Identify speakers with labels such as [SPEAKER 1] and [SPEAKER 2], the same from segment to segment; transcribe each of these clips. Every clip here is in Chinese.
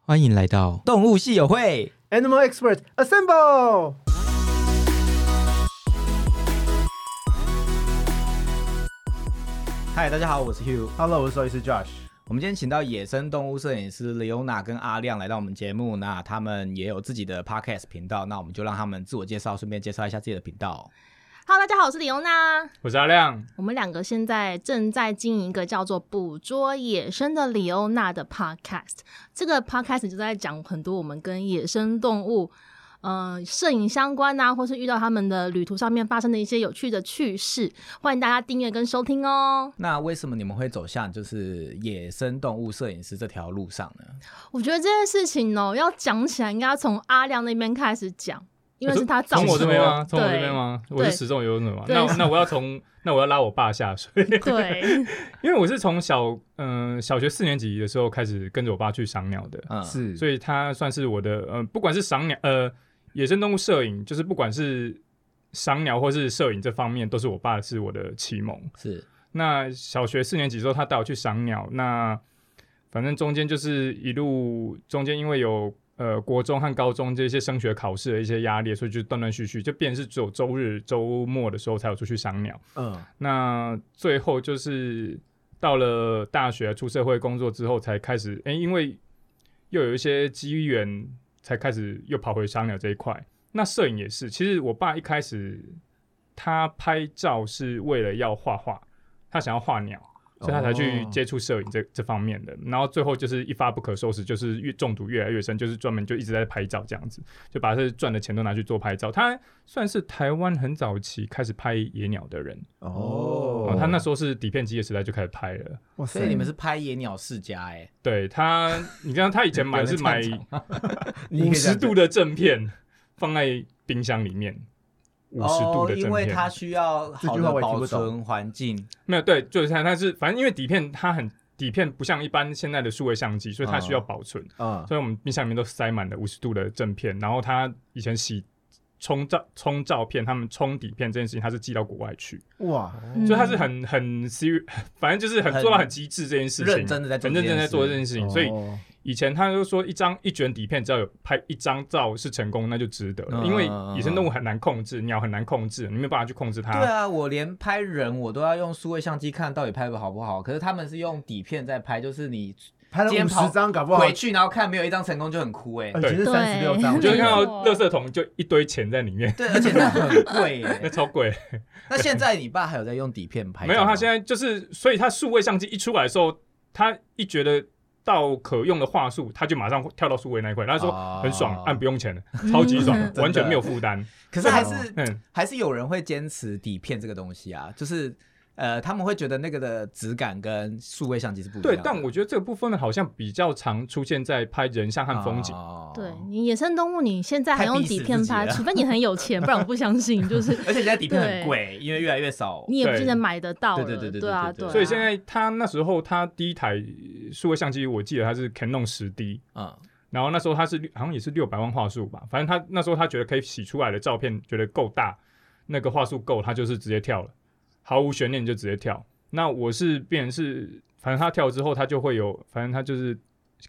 [SPEAKER 1] 欢迎来到动物系友会。
[SPEAKER 2] Animal Expert Assemble！
[SPEAKER 1] 嗨，大家好，我是 Hugh。
[SPEAKER 2] Hello，我是兽医师 Josh。
[SPEAKER 1] 我们今天请到野生动物摄影师 Leona 跟阿亮来到我们节目，那他们也有自己的 podcast 频道，那我们就让他们自我介绍，顺便介绍一下自己的频道。
[SPEAKER 3] Hello，大家好，我是李欧娜。
[SPEAKER 4] 我是阿亮，
[SPEAKER 3] 我们两个现在正在经营一个叫做“捕捉野生的李欧娜”的 podcast。这个 podcast 就在讲很多我们跟野生动物，呃，摄影相关啊，或是遇到他们的旅途上面发生的一些有趣的趣事。欢迎大家订阅跟收听哦。
[SPEAKER 1] 那为什么你们会走向就是野生动物摄影师这条路上呢？
[SPEAKER 3] 我觉得这件事情哦，要讲起来应该要从阿亮那边开始讲，因为是他造
[SPEAKER 4] 从
[SPEAKER 3] 成
[SPEAKER 4] 我这边吗？
[SPEAKER 3] 的
[SPEAKER 4] 从我这边？吗？我是始终游泳者嘛。
[SPEAKER 3] 对
[SPEAKER 4] 那那我要从那我要拉我爸下水，
[SPEAKER 3] 对对，
[SPEAKER 4] 因为我是从小嗯、小学四年级的时候开始跟着我爸去赏鸟的，
[SPEAKER 1] 嗯，
[SPEAKER 2] 是
[SPEAKER 4] 所以他算是我的呃，不管是赏鸟呃野生动物摄影，就是不管是赏鸟或是摄影这方面，都是我爸是我的启蒙。
[SPEAKER 1] 是
[SPEAKER 4] 那小学四年级之后，他带我去赏鸟。那反正中间就是一路中间，因为有呃国中和高中这些升学考试的一些压力，所以就断断续续，就变成是只有周日、周末的时候才有出去赏鸟。
[SPEAKER 2] 嗯，
[SPEAKER 4] 那最后就是到了大学啊出社会工作之后，才开始诶，因为又有一些机缘，才开始又跑回赏鸟这一块。那摄影也是，其实我爸一开始他拍照是为了要画画，他想要画鸟，所以他才去
[SPEAKER 2] 哦
[SPEAKER 4] 接触摄影这、这方面的。然后最后就是一发不可收拾，就是越中毒越来越深，就是专门就一直在拍照这样子，就把这赚的钱都拿去做拍照。他算是台湾很早期开始拍野鸟的人。
[SPEAKER 2] 哦
[SPEAKER 4] 哦，他那时候是底片机的时代就开始拍了。
[SPEAKER 2] 哇
[SPEAKER 1] 所以你们是拍野鸟世家哎、
[SPEAKER 4] 对他，你看他以前买
[SPEAKER 1] 有人
[SPEAKER 4] 是
[SPEAKER 1] 这
[SPEAKER 4] 买
[SPEAKER 1] 样讲
[SPEAKER 4] 五十度的正片，放在冰箱里面，五十度的
[SPEAKER 1] 哦，因
[SPEAKER 4] 正
[SPEAKER 1] 为
[SPEAKER 4] 片。
[SPEAKER 1] 它需要好
[SPEAKER 2] 这句话
[SPEAKER 1] 的
[SPEAKER 2] 我也听
[SPEAKER 1] 保
[SPEAKER 2] 不懂
[SPEAKER 1] 存环境，
[SPEAKER 4] 没有对，就是他，他是反正因为底片它很底片不像一般现在的数位相机，所以它需要保存，
[SPEAKER 3] 嗯
[SPEAKER 2] 啊，
[SPEAKER 4] 所以我们冰箱里面都塞满了五十度的正片。然后他以前洗冲照冲照片，他们冲底片这件事情，他是寄到国外去，
[SPEAKER 2] 哇，
[SPEAKER 4] 所以他是
[SPEAKER 3] 嗯
[SPEAKER 4] 很很 serious，反正就是很
[SPEAKER 1] 嗯很
[SPEAKER 4] 做到很极致这件事情，
[SPEAKER 1] 认真地在做
[SPEAKER 4] 很认真地在做
[SPEAKER 1] 这
[SPEAKER 4] 这
[SPEAKER 1] 件
[SPEAKER 4] 件事情，所以。
[SPEAKER 2] 哦
[SPEAKER 4] 以前他就说一张一卷底片，只要有拍一张照是成功，那就值得了，
[SPEAKER 1] 嗯
[SPEAKER 4] 因为野生动物很难控制，鸟很难控制，你没有办法去控制它。
[SPEAKER 1] 对啊，我连拍人我都要用数位相机看到底拍的好不好，可是他们是用底片在拍，就是你
[SPEAKER 2] 拍了
[SPEAKER 1] 今天
[SPEAKER 2] 五
[SPEAKER 1] 跑
[SPEAKER 2] 十张，搞不好
[SPEAKER 1] 回去然后看没有一张成功就很哭哎、
[SPEAKER 2] 呃已经是
[SPEAKER 3] 对
[SPEAKER 2] 三十六张，
[SPEAKER 4] 你就会看到
[SPEAKER 3] 没错
[SPEAKER 4] 垃圾桶就一堆钱在里 面，
[SPEAKER 1] 对，而且那很贵 哎、
[SPEAKER 4] 那超贵。
[SPEAKER 1] 那现在你爸还有在用底片拍照吗？
[SPEAKER 4] 没有，他现在就是，所以他数位相机一出来的时候，他一觉得到可用的话术，他就马上跳到数位那一块，他
[SPEAKER 1] 哦
[SPEAKER 4] 说很爽，按不用钱，超 级爽，
[SPEAKER 3] 嗯
[SPEAKER 4] 完全没有负担。
[SPEAKER 1] 可是啊还是、
[SPEAKER 4] 嗯，
[SPEAKER 1] 还是有人会坚持底片这个东西啊，就是呃他们会觉得那个的质感跟数位相机是不一样的。
[SPEAKER 4] 对，但我觉得这个部分呢，好像比较常出现在拍人像和风景。
[SPEAKER 1] 哦
[SPEAKER 3] 对你野生动物，你现在
[SPEAKER 1] 太
[SPEAKER 3] 还用
[SPEAKER 1] 逼死
[SPEAKER 3] 底片
[SPEAKER 1] 自己
[SPEAKER 3] 拍，
[SPEAKER 1] 了
[SPEAKER 3] 除非你很有钱，不然我不相信。就是
[SPEAKER 1] 而且现在底片很
[SPEAKER 3] 对
[SPEAKER 1] 贵，因为越来越少。
[SPEAKER 3] 你也不
[SPEAKER 4] 对
[SPEAKER 3] 见得买得到
[SPEAKER 1] 对
[SPEAKER 3] 了，
[SPEAKER 1] 对对对对
[SPEAKER 3] 啊，
[SPEAKER 1] 对对
[SPEAKER 3] 对啊。
[SPEAKER 4] 所以现在他那时候他第一台呃数位相机，我记得他是 Canon 十 D，
[SPEAKER 1] 嗯，
[SPEAKER 4] 然后那时候他是好像也是六百万画素吧，反正他那时候他觉得可以洗出来的照片觉得够大，那个画素够，他就是直接跳了，毫无悬念就直接跳。那我是变成是，反正他跳了之后，他就会有，反正他就是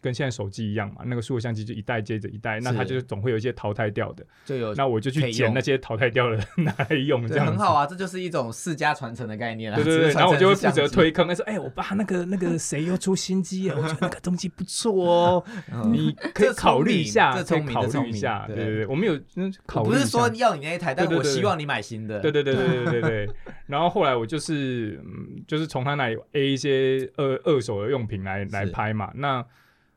[SPEAKER 4] 跟现在手机一样嘛，那个数位相机就一代接着一代，那
[SPEAKER 1] 是
[SPEAKER 4] 他就总会有一些淘汰掉的，
[SPEAKER 1] 就有
[SPEAKER 4] 那我就
[SPEAKER 1] 可以
[SPEAKER 4] 去捡
[SPEAKER 1] 用
[SPEAKER 4] 那些淘汰掉的拿来用，这
[SPEAKER 1] 对
[SPEAKER 4] 样
[SPEAKER 1] 很
[SPEAKER 4] 子
[SPEAKER 1] 好啊，这就是一种世家传承的概念啊。
[SPEAKER 4] 对对
[SPEAKER 1] 只
[SPEAKER 4] 对，
[SPEAKER 1] 是传
[SPEAKER 4] 然后我就会
[SPEAKER 1] 承是
[SPEAKER 4] 负
[SPEAKER 1] 相
[SPEAKER 4] 责
[SPEAKER 1] 机
[SPEAKER 4] 推坑，他说：“哎、我爸那个那个谁又出新机了，我觉 得那个东西不错哦，你可以考虑一下，
[SPEAKER 1] 嗯这
[SPEAKER 4] 可以
[SPEAKER 1] 聪明
[SPEAKER 4] 考
[SPEAKER 1] 这聪
[SPEAKER 4] 虑
[SPEAKER 1] 明
[SPEAKER 4] 一下。”
[SPEAKER 1] 对
[SPEAKER 4] 对对对，我们有嗯考
[SPEAKER 1] 我
[SPEAKER 4] 虑
[SPEAKER 1] 不
[SPEAKER 4] 一下。
[SPEAKER 1] 是说要你那一台，但
[SPEAKER 4] 对对
[SPEAKER 1] 我
[SPEAKER 4] 对
[SPEAKER 1] 希望你买新的。
[SPEAKER 4] 对对对对对对对。 然后后来我就是嗯，就是从他那里 A 一些二二手的用品来来
[SPEAKER 1] 是
[SPEAKER 4] 拍嘛。那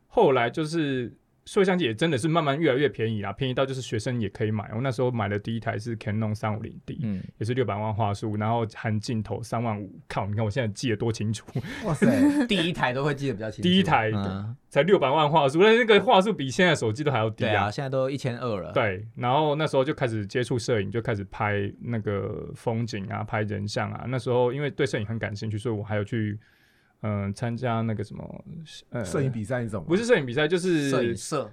[SPEAKER 4] 后来就是数位相机也真的是慢慢越来越便宜啦，便宜到就是学生也可以买。我那时候买的第一台是 Canon 三五零 D，
[SPEAKER 1] 嗯，
[SPEAKER 4] 也是六百万画素，然后含镜头三万五。靠，你看我现在记得多清楚。
[SPEAKER 1] 哇 塞，第一台都会记得比较清楚。
[SPEAKER 4] 第一台
[SPEAKER 1] 嗯
[SPEAKER 4] 才六百万画素，但是那个画素比现在手机都还要低
[SPEAKER 1] 对啊，！现在都一千二了。，
[SPEAKER 4] 对，然后那时候就开始接触摄影，就开始拍那个风景啊，拍人像啊。那时候因为对摄影很感兴趣，所以我还有去嗯、呃参加那个什么呃
[SPEAKER 2] 摄影比赛那种吗，
[SPEAKER 4] 不是摄影比赛，就
[SPEAKER 1] 摄影
[SPEAKER 4] 是
[SPEAKER 1] 社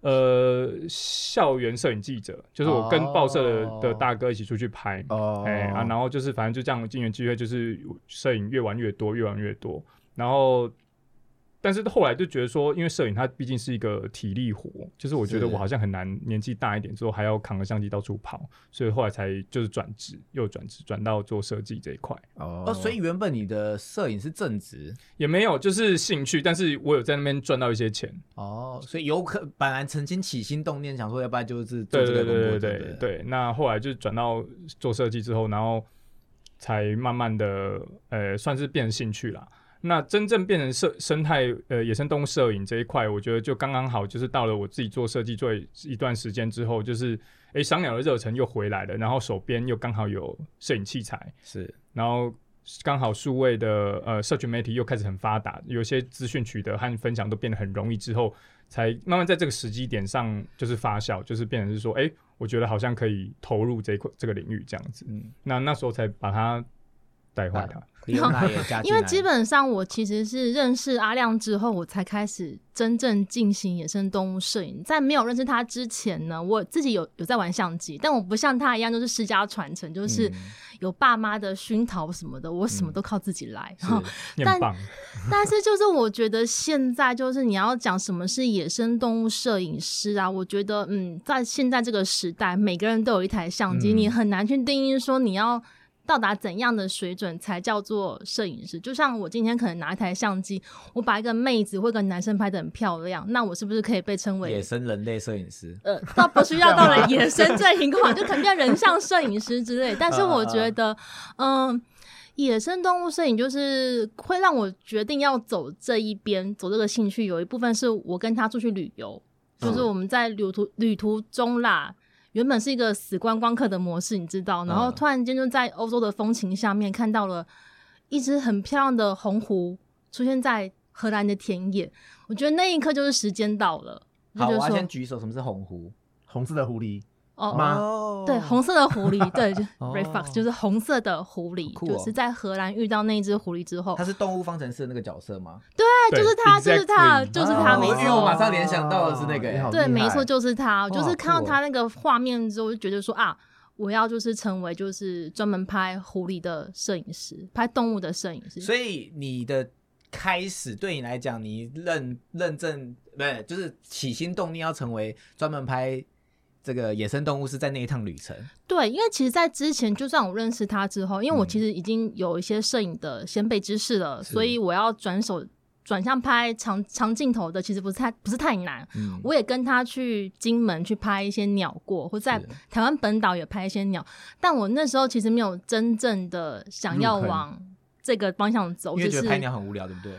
[SPEAKER 4] 呃校园摄影记者，就是我跟报社的、
[SPEAKER 1] 哦
[SPEAKER 4] 的大哥一起出去拍。
[SPEAKER 2] 哦，
[SPEAKER 4] 哎、啊，然后就是反正就这样，因缘机会，就是摄影越玩越多，越玩越多。然后但是后来就觉得说，因为摄影它毕竟是一个体力活，就是我觉
[SPEAKER 1] 是
[SPEAKER 4] 得我好像很难年纪大一点之后还要扛着相机到处跑，所以后来才就是转职，又转职转到做设计这一块，
[SPEAKER 2] 哦
[SPEAKER 1] 哦，所以原本你的摄影是正职
[SPEAKER 4] 也没有就是兴趣，但是我有在那边赚到一些钱，
[SPEAKER 1] 哦，所以有可本来曾经起心动念想说，要不然就是做
[SPEAKER 4] 对
[SPEAKER 1] 这个
[SPEAKER 4] 对
[SPEAKER 1] 工
[SPEAKER 4] 对
[SPEAKER 1] 作，
[SPEAKER 4] 对
[SPEAKER 1] 对
[SPEAKER 4] 对
[SPEAKER 1] 不，
[SPEAKER 4] 对。那后来就转到做设计之后，然后才慢慢的呃，算是变成兴趣啦。那真正变成生生态呃野生动物摄影这一块，我觉得就刚刚好，就是到了我自己做设计做一段时间之后，就是诶赏鸟的热忱又回来了，然后手边又刚好有摄影器材，
[SPEAKER 1] 是
[SPEAKER 4] 然后刚好数位的呃社群媒体又开始很发达，有些资讯取得和分享都变得很容易之后，才慢慢在这个时机点上就是发酵，就是变成是说，哎、我觉得好像可以投入这一块这个领域这样子。
[SPEAKER 1] 嗯
[SPEAKER 4] 那那时候才把它带坏它。
[SPEAKER 1] 李永娜也 加进
[SPEAKER 3] 因
[SPEAKER 1] 来，
[SPEAKER 3] 为基本上我其实是认识阿亮之后，我才开始真正进行野生动物摄影。在没有认识他之前呢，我自己有有在玩相机，但我不像他一样就是世家传承，
[SPEAKER 1] 嗯
[SPEAKER 3] 就是有爸妈的熏陶什么的，我什么都靠自己来。
[SPEAKER 1] 是
[SPEAKER 3] 哈
[SPEAKER 4] 你
[SPEAKER 3] 但
[SPEAKER 4] 很棒，
[SPEAKER 3] 但是就是我觉得现在就是你要讲什么是野生动物摄影师啊，我觉得嗯，在现在这个时代，每个人都有一台相机，
[SPEAKER 1] 嗯
[SPEAKER 3] 你很难去定义说你要。到达怎样的水准才叫做摄影师？就像我今天可能拿一台相机，我把一个妹子或一个男生拍的很漂亮，那我是不是可以被称为
[SPEAKER 1] 野生人类摄影师，
[SPEAKER 3] 呃，倒不需要到了野生这一块，啊 就可能变人像摄影师之类。但是
[SPEAKER 1] 嗯
[SPEAKER 3] 我觉得，嗯、野生动物摄影就是会让我决定要走这一边，走这个兴趣。有一部分是我跟他出去旅游，
[SPEAKER 1] 嗯
[SPEAKER 3] 就是我们在旅途旅途中啦。原本是一个死观光客的模式，你知道，然后
[SPEAKER 1] 嗯
[SPEAKER 3] 突然间就在欧洲的风情下面看到了一只很漂亮的红狐出现在荷兰的田野，我觉得那一刻就是时间到了。
[SPEAKER 1] 好，我
[SPEAKER 3] 就觉得
[SPEAKER 1] 要
[SPEAKER 3] 说
[SPEAKER 1] 先举手，什么是红狐？
[SPEAKER 2] 红色的狐狸
[SPEAKER 3] 哦，
[SPEAKER 2] 吗
[SPEAKER 1] 哦
[SPEAKER 3] 对，红色的狐狸，对就
[SPEAKER 1] 哦
[SPEAKER 3] ，Red Fox 就是红色的狐狸，
[SPEAKER 1] 酷哦
[SPEAKER 3] 就是在荷兰遇到那一只狐狸之后
[SPEAKER 1] 他，是动物方程式的那个角色吗？
[SPEAKER 3] 对，就是他，就是他，
[SPEAKER 4] exactly
[SPEAKER 3] 就是他，
[SPEAKER 1] 哦
[SPEAKER 3] 没
[SPEAKER 1] 因为我马
[SPEAKER 3] 错，
[SPEAKER 1] 上联想到的是那个
[SPEAKER 2] 哦你好厉害
[SPEAKER 3] 对，没错，就是他，就是看到
[SPEAKER 1] 酷哦
[SPEAKER 3] 他那个画面之后，就觉得说啊，我要就是成为就是专门拍狐狸的摄影师，拍动物的摄影师，
[SPEAKER 1] 所以你的开始对你来讲，你认认证不是就是起心动念要成为专门拍这个野生动物是在那一趟旅程，
[SPEAKER 3] 对，因为其实，在之前，就算我认识他之后，因为我
[SPEAKER 1] 嗯
[SPEAKER 3] 其实已经有一些摄影的先辈知识了，
[SPEAKER 1] 是
[SPEAKER 3] 所以我要转手转向拍长长镜头的，其实不是太不是太难。
[SPEAKER 1] 嗯
[SPEAKER 3] 我也跟他去金门去拍一些鸟过，或在
[SPEAKER 1] 是
[SPEAKER 3] 台湾本岛也拍一些鸟，但我那时候其实没有真正的想要
[SPEAKER 2] 入坑
[SPEAKER 3] 往这个方向
[SPEAKER 1] 因
[SPEAKER 3] 走，就
[SPEAKER 1] 为觉
[SPEAKER 3] 是
[SPEAKER 1] 得拍鸟很无聊，对不对？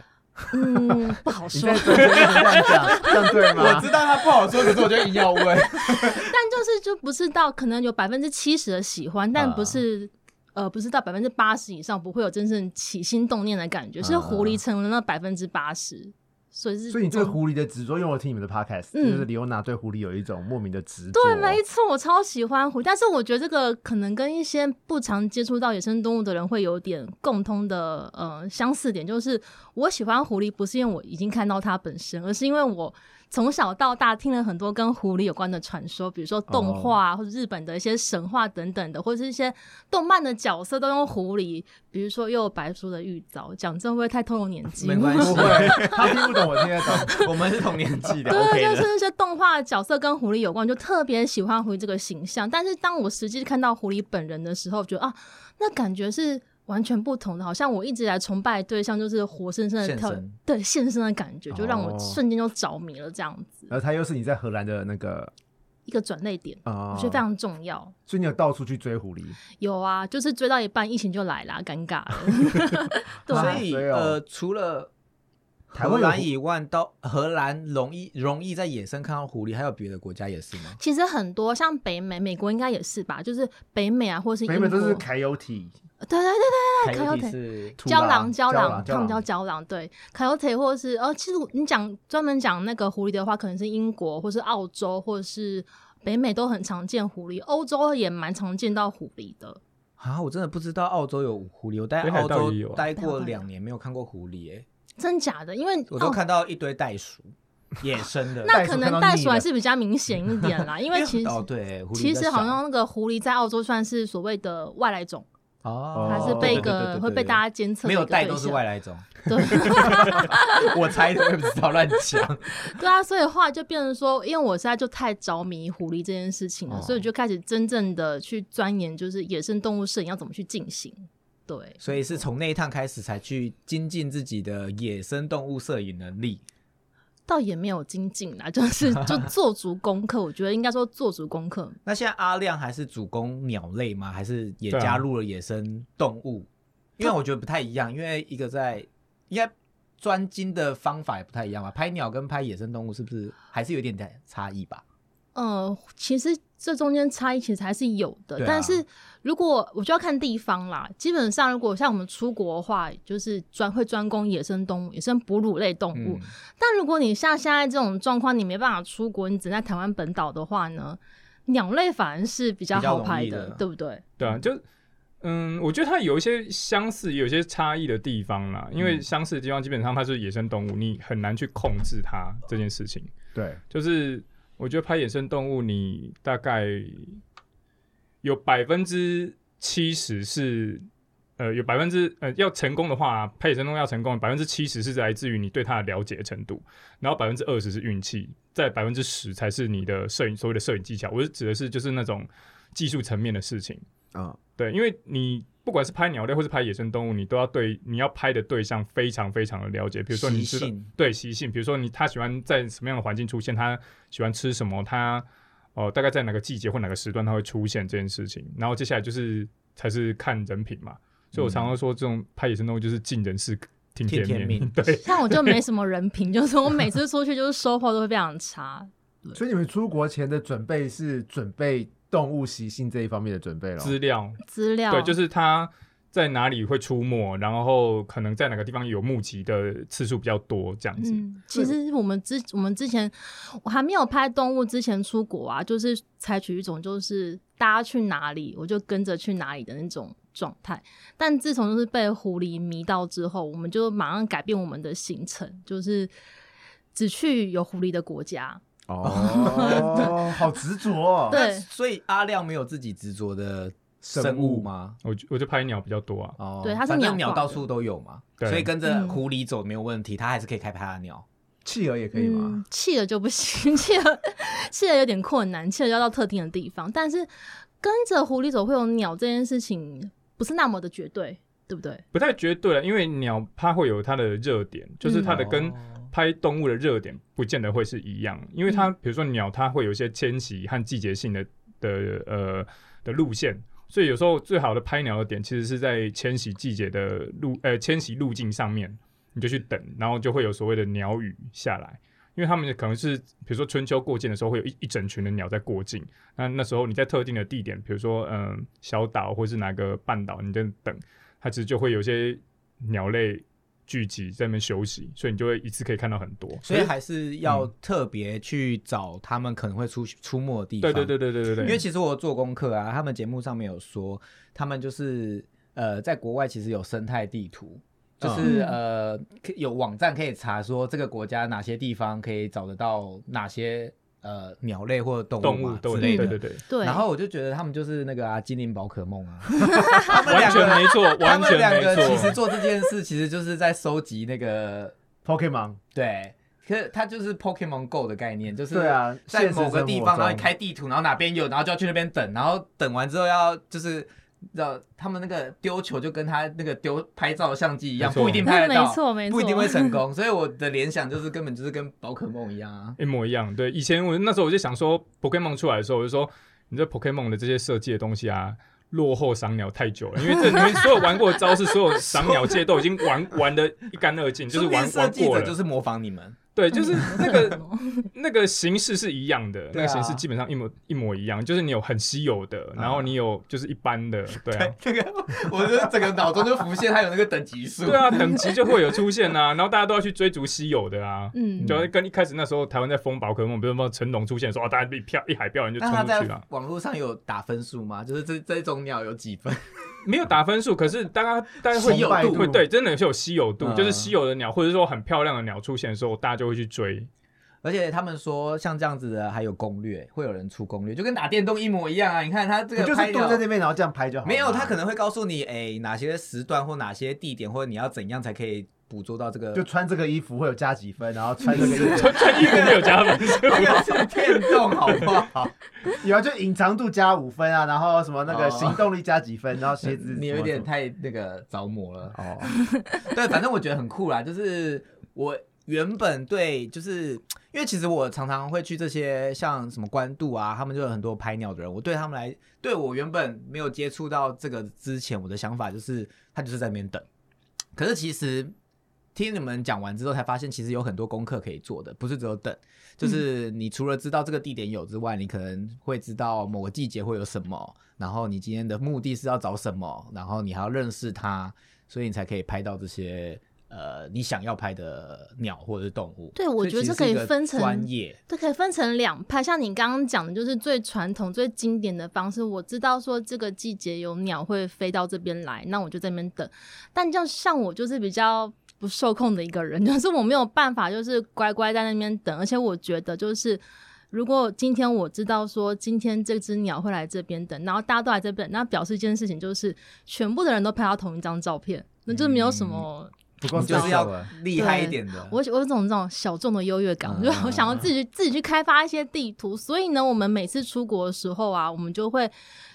[SPEAKER 3] 嗯不 好
[SPEAKER 2] 你
[SPEAKER 3] 说
[SPEAKER 2] 在。这这样讲，这样对吗？
[SPEAKER 1] 道他不好说，可是我就硬要问。
[SPEAKER 3] 但就是就不是到可能有百分之七十的喜欢，但
[SPEAKER 1] 啊
[SPEAKER 3] 不是、呃不是到百分之八十以上不会有真正起心动念的感觉，是
[SPEAKER 1] 啊
[SPEAKER 3] 狐狸成了那百分之八十，所以是
[SPEAKER 2] 所以你对狐狸的执着，因为我听你们的 podcast，、
[SPEAKER 3] 嗯
[SPEAKER 2] 就是李欧娜对狐狸有一种莫名的执着。
[SPEAKER 3] 对，没错，我超喜欢狐狸，但是我觉得这个可能跟一些不常接触到野生动物的人会有点共通的呃相似点，就是我喜欢狐狸不是因为我已经看到它本身，而是因为我从小到大听了很多跟狐狸有关的传说，比如说动
[SPEAKER 1] 哦
[SPEAKER 3] 画、啊、或者日本的一些神话等等的，或者是一些动漫的角色都用狐狸，比如说又有白书的玉藻，讲这会不会太透露年纪？
[SPEAKER 1] 没关系
[SPEAKER 2] 不会，他听不懂，我听得懂。
[SPEAKER 1] 我们是同年纪的啊
[SPEAKER 3] 对，啊就
[SPEAKER 1] ，OK
[SPEAKER 3] 是
[SPEAKER 1] 的。
[SPEAKER 3] 那些动画角色跟狐狸有关，我就特别喜欢狐狸这个形象。但是当我实际看到狐狸本人的时候，觉得啊，那感觉是完全不同的，好像我一直以来崇拜的对象就是活生生的
[SPEAKER 1] 现
[SPEAKER 3] 跳
[SPEAKER 1] 身，
[SPEAKER 3] 对现身的感觉，就让我
[SPEAKER 2] 哦
[SPEAKER 3] 瞬间就着迷了。这样子、
[SPEAKER 2] 然后他又是你在荷兰的那个
[SPEAKER 3] 一个转泪点，
[SPEAKER 1] 哦
[SPEAKER 2] 啊，
[SPEAKER 3] 我觉得非常重要。
[SPEAKER 2] 所以你有到处去追狐狸，
[SPEAKER 3] 有啊，就是追到一半，疫情就来啦，尴尬了。 对啊
[SPEAKER 1] 所以
[SPEAKER 2] 对哦
[SPEAKER 1] 呃，除了
[SPEAKER 2] 台
[SPEAKER 1] 荷
[SPEAKER 2] 湾有
[SPEAKER 1] 兰以外，到荷兰容易容易在野生看到狐狸，还有别的国家也是吗？
[SPEAKER 3] 其实很多像北美，美国应该也是吧，就是北美啊，或是英
[SPEAKER 2] 每
[SPEAKER 3] 国，
[SPEAKER 2] 每都是
[SPEAKER 3] 对
[SPEAKER 2] 凯尤体、
[SPEAKER 3] 对对对
[SPEAKER 1] 还
[SPEAKER 3] 啊看到
[SPEAKER 1] 有
[SPEAKER 3] 的
[SPEAKER 1] 是
[SPEAKER 2] 土
[SPEAKER 3] 胶囊，胶
[SPEAKER 2] 胶
[SPEAKER 3] 囊，他
[SPEAKER 2] 胶
[SPEAKER 3] 们叫
[SPEAKER 2] 囊。
[SPEAKER 3] 胶囊，对，凯欧腿或者是哦，其实你讲专门讲那个狐狸的话，可能是英国或是澳洲或者是北美都很常见狐狸，欧洲也蛮常见到狐狸的。
[SPEAKER 1] 啊，我真的不知道澳洲有狐狸，我待
[SPEAKER 4] 北海
[SPEAKER 1] 澳
[SPEAKER 4] 道
[SPEAKER 1] 洲
[SPEAKER 4] 也有啊
[SPEAKER 1] 待过两年，没有看过狐狸、欸，
[SPEAKER 3] 真假的？因为
[SPEAKER 1] 我都
[SPEAKER 3] 哦
[SPEAKER 1] 看到一堆袋鼠，野生的。
[SPEAKER 3] 那
[SPEAKER 2] 袋鼠看
[SPEAKER 3] 可能
[SPEAKER 2] 到
[SPEAKER 3] 袋
[SPEAKER 2] 腻
[SPEAKER 3] 鼠还
[SPEAKER 2] 了
[SPEAKER 3] 是比较明显 一点啦，因为其实
[SPEAKER 1] 哦对，狐狸
[SPEAKER 3] 其
[SPEAKER 1] 比
[SPEAKER 3] 实
[SPEAKER 1] 较
[SPEAKER 3] 好
[SPEAKER 1] 少
[SPEAKER 3] 像那个狐狸在澳洲算是所谓的外来种，
[SPEAKER 1] 哦
[SPEAKER 3] 它是被一个会被大
[SPEAKER 1] 家
[SPEAKER 3] 家监测的
[SPEAKER 1] 没
[SPEAKER 3] 一个
[SPEAKER 1] 有
[SPEAKER 3] 对象，
[SPEAKER 1] 带都是外来种，
[SPEAKER 3] 对。
[SPEAKER 1] 我猜的，我也不知道乱讲。
[SPEAKER 3] 对啊，所以后来就变成说，因为我现在就太着迷狐狸这件事情了，
[SPEAKER 1] 哦
[SPEAKER 3] 所以我就开始真正的去钻研，就是野生动物摄影要怎么去进行。对，
[SPEAKER 1] 所以是从那一趟开始才去精进自己的野生动物摄影能力。
[SPEAKER 3] 倒也没有精进啦，就是 就做足功课。我觉得应该说做足功课，
[SPEAKER 1] 那现在阿亮还是主攻鸟类吗？还是也
[SPEAKER 4] 对啊
[SPEAKER 1] 加入了野生动物？因为我觉得不太一样，因为一个在应该专精的方法也不太一样吧。拍鸟跟拍野生动物是不是还是有点点差异吧？
[SPEAKER 3] 呃，其实这中间差异其实还是有的，
[SPEAKER 1] 对啊
[SPEAKER 3] 但是如果我就要看地方啦。基本上，如果像我们出国的话，就是专会专攻野生动物、野生哺乳类动物。
[SPEAKER 1] 嗯，
[SPEAKER 3] 但如果你像现在这种状况，你没办法出国，你只在台湾本岛的话呢，鸟类反而是比较好拍
[SPEAKER 1] 比较
[SPEAKER 3] 的，
[SPEAKER 1] 容易的
[SPEAKER 3] 对不对？
[SPEAKER 4] 对啊，就嗯，我觉得它有一些相似，有一些差异的地方啦。因为
[SPEAKER 1] 嗯
[SPEAKER 4] 相似的地方，基本上它是野生动物，你很难去控制它这件事情。
[SPEAKER 2] 对，
[SPEAKER 4] 就是我觉得拍野生动物，你大概有百分之七十是。呃，有百分之呃，要成功的话，拍野生动物要成功，百分之七十是来自于你对它的了解程度，然后百分之二十是运气，在百分之十才是你的摄影所谓的摄影技巧。我是指的是就是那种技术层面的事情。
[SPEAKER 1] 啊
[SPEAKER 2] 嗯，
[SPEAKER 4] 对，因为你不管是拍鸟类或是拍野生动物，你都要对你要拍的对象非常非常的了解。比如说你
[SPEAKER 1] 习
[SPEAKER 4] 知道
[SPEAKER 1] 性
[SPEAKER 4] 对习性，比如说你他喜欢在什么样的环境出现，他喜欢吃什么，他哦、呃大概在哪个季节或哪个时段他会出现这件事情。然后接下来就是才是看人品嘛。所以我常常说，这种拍野生动物就是尽人事听
[SPEAKER 1] 嗯听
[SPEAKER 4] 天
[SPEAKER 1] 天
[SPEAKER 4] 命。
[SPEAKER 1] 命啊
[SPEAKER 4] 对，
[SPEAKER 3] 像我就没什么人品， 就是我每次出去就是收获都会非常差。
[SPEAKER 2] 所以你们出国前的准备是准备动物习性这一方面的准备了。
[SPEAKER 4] 资料
[SPEAKER 3] 资料
[SPEAKER 4] 对，就是它在哪里会出没，然后可能在哪个地方有目击的次数比较多，这样子。
[SPEAKER 3] 嗯，其实我们之我们之前我还没有拍动物之前出国啊，就是采取一种就是大家去哪里我就跟着去哪里的那种状态。但自从就是被狐狸迷到之后，我们就马上改变我们的行程，就是只去有狐狸的国家。
[SPEAKER 2] 哦， 好执着、哦。
[SPEAKER 3] 对
[SPEAKER 1] 那所以阿亮没有自己执着的生物吗？
[SPEAKER 4] 我就我就拍鸟比较多啊，
[SPEAKER 1] 哦，
[SPEAKER 3] 对它是
[SPEAKER 1] 反
[SPEAKER 3] 鸟
[SPEAKER 1] 正
[SPEAKER 3] 挂
[SPEAKER 1] 鸟
[SPEAKER 3] 的
[SPEAKER 1] 到处都有嘛，
[SPEAKER 4] 对
[SPEAKER 1] 所以跟着
[SPEAKER 3] 嗯
[SPEAKER 1] 狐狸走没有问题，他还是可以开拍他的鸟。
[SPEAKER 2] 企鹅也可以吗？？
[SPEAKER 3] 嗯气了就不行， 气了气了有点困难，气了要到特定的地方。但是跟着狐狸走会有鸟这件事情，不是那么的绝对，对不对？
[SPEAKER 4] 不太绝对啊了，因为鸟它会有它的热点，就是
[SPEAKER 1] 嗯
[SPEAKER 4] 它的
[SPEAKER 1] 哦
[SPEAKER 4] 跟拍动物的热点不见得会是一样，因为它比如说鸟，它会有一些迁徙和季节性的的呃的路线。所以有时候最好的拍鸟的点，其实是在迁徙季节的路，呃，迁徙路径上面，你就去等，然后就会有所谓的鸟语下来，因为他们可能是比如说春秋过境的时候，会有一一整群的鸟在过境，那那时候你在特定的地点，比如说嗯、小岛或是哪个半岛，你在等，它其实就会有一些鸟类聚集在那边休息，所以你就会一次可以看到很多。
[SPEAKER 1] 所以还是要特别去找他们可能会出出没的地方。
[SPEAKER 4] 对对对对对对对，
[SPEAKER 1] 因为其实我有做功课啊，他们节目上面有说，他们就是呃，在国外其实有生态地图，就是、
[SPEAKER 3] 嗯
[SPEAKER 1] 呃可有网站可以查说这个国家哪些地方可以找得到哪些呃鸟类或者动
[SPEAKER 4] 动
[SPEAKER 1] 物
[SPEAKER 4] 物
[SPEAKER 1] 嘛
[SPEAKER 4] 都
[SPEAKER 1] 之
[SPEAKER 4] 有
[SPEAKER 1] 类
[SPEAKER 4] 对
[SPEAKER 1] 的。
[SPEAKER 4] 对对对，
[SPEAKER 3] 对。
[SPEAKER 1] 然后我就觉得他们就是那个啊，精灵宝可梦 啊，
[SPEAKER 4] 完全没错，
[SPEAKER 1] 他
[SPEAKER 4] 完
[SPEAKER 1] 们两个
[SPEAKER 4] 全没
[SPEAKER 1] 其实
[SPEAKER 4] 错。
[SPEAKER 1] 做这件事其实就是在收集那个
[SPEAKER 2] Pokemon，
[SPEAKER 1] 对，可是它就是 Pokemon Go 的概念，就是
[SPEAKER 2] 对啊
[SPEAKER 1] 在某个地
[SPEAKER 2] 现实生活
[SPEAKER 1] 方，
[SPEAKER 2] 中
[SPEAKER 1] 然后你开地图，然后哪边有，然后就要去那边等，然后等完之后要就是。要他们那个丢球就跟他那个丢拍照相机一样，
[SPEAKER 4] 没错
[SPEAKER 1] 不一定拍得到，
[SPEAKER 3] 没错没错
[SPEAKER 1] 不一定会成功。所以我的联想就是根本就是跟宝可梦一样啊。
[SPEAKER 4] 一模一样，对。以前我那时候我就想说，Pokemon 出来的时候，我就说，你这 Pokemon 的这些设计的东西啊，落后赏鸟太久了，因为这你们所有玩过的招式，所有赏鸟界都已经玩玩的一干二净，就
[SPEAKER 1] 说
[SPEAKER 4] 是
[SPEAKER 1] 不定
[SPEAKER 4] 玩
[SPEAKER 1] 设
[SPEAKER 4] 玩
[SPEAKER 1] 计
[SPEAKER 4] 过
[SPEAKER 1] 者
[SPEAKER 4] 了，
[SPEAKER 1] 就是模仿你们，
[SPEAKER 4] 对， 就是那个
[SPEAKER 3] 嗯
[SPEAKER 4] 那个形式是一样的，那
[SPEAKER 1] 对啊
[SPEAKER 4] 个形式基本上一模一模一样，就是你有很稀有的，然后你有就是一般的，对啊，
[SPEAKER 1] 这个我就整个脑中就浮现他有那个等级数。
[SPEAKER 4] 对啊，等级就会有出现啊，然后大家都要去追逐稀有的啊。
[SPEAKER 3] 嗯，
[SPEAKER 4] 就跟一开始那时候台湾在封宝可梦，比如说成龙出现的时候，啊大家一票一海票人就冲
[SPEAKER 1] 那他
[SPEAKER 4] 出
[SPEAKER 1] 在
[SPEAKER 4] 去啊了，
[SPEAKER 1] 网络上有打分数吗？就是这这种鸟有几分？
[SPEAKER 4] 没有打分数，可是大家大家会
[SPEAKER 1] 稀有度
[SPEAKER 4] 会对，真的是有稀有度，
[SPEAKER 1] 嗯
[SPEAKER 4] 就是稀有的鸟或者说很漂亮的鸟出现的时候，大家就会去追。
[SPEAKER 1] 而且他们说像这样子的还有攻略，会有人出攻略，就跟打电动一模一样啊！你看他这
[SPEAKER 2] 不
[SPEAKER 1] 个
[SPEAKER 2] 就
[SPEAKER 1] 拍
[SPEAKER 2] 是
[SPEAKER 1] 鸟
[SPEAKER 2] 坐在那边然后这样拍就好了吗？
[SPEAKER 1] 没有，他可能会告诉你，哎，哪些时段或哪些地点，或者你要怎样才可以捕捉到这个。
[SPEAKER 2] 就穿这个衣服会有加几分，然后穿这个衣服
[SPEAKER 4] 穿穿衣服没有加分，
[SPEAKER 1] 这个是电动，好不好？
[SPEAKER 2] 有啊，就隐藏度加五分啊，然后什么那
[SPEAKER 1] 哦
[SPEAKER 2] 个行动力加几分，然后鞋子
[SPEAKER 1] 你有一点太那个着魔了哦。 对，反正我觉得很酷啦。就是我原本对，就是因为其实我常常会去这些像什么关渡啊，他们就有很多拍鸟的人。我对他们来，对我原本没有接触到这个之前，我的想法就是他就是在那边等。可是其实听你们讲完之后，才发现其实有很多功课可以做的，不是只有等。
[SPEAKER 3] 嗯
[SPEAKER 1] 就是你除了知道这个地点有之外，你可能会知道某个季节会有什么，然后你今天的目的是要找什么，然后你还要认识它，所以你才可以拍到这些呃你想要拍的鸟或者是动物。
[SPEAKER 3] 对我觉得
[SPEAKER 1] 所
[SPEAKER 3] 这
[SPEAKER 1] 以其实是
[SPEAKER 3] 可以
[SPEAKER 1] 一个
[SPEAKER 3] 分成
[SPEAKER 1] 专业，
[SPEAKER 3] 这可以分成两派，像你刚刚讲的，就是最传统、最经典的方式。我知道说这个季节有鸟会飞到这边来，那我就在那边等。但就像我就是比较不受控的一个人， 就是我没有办法，就是乖乖在那边等。而且我觉得就是。如果今天我知道说今天这只鸟会来这边等，然后大家都来这边等，那表示一件事情就是全部的人都拍到同一张照片，那就没有什么
[SPEAKER 2] 不够
[SPEAKER 1] 你就是要厉害一点的。
[SPEAKER 3] 我有一种这种小众的优越感，
[SPEAKER 1] 啊嗯
[SPEAKER 3] 就是我想要自己自己去开发一些地图。所以呢，我们每次出国的时候啊，我们就会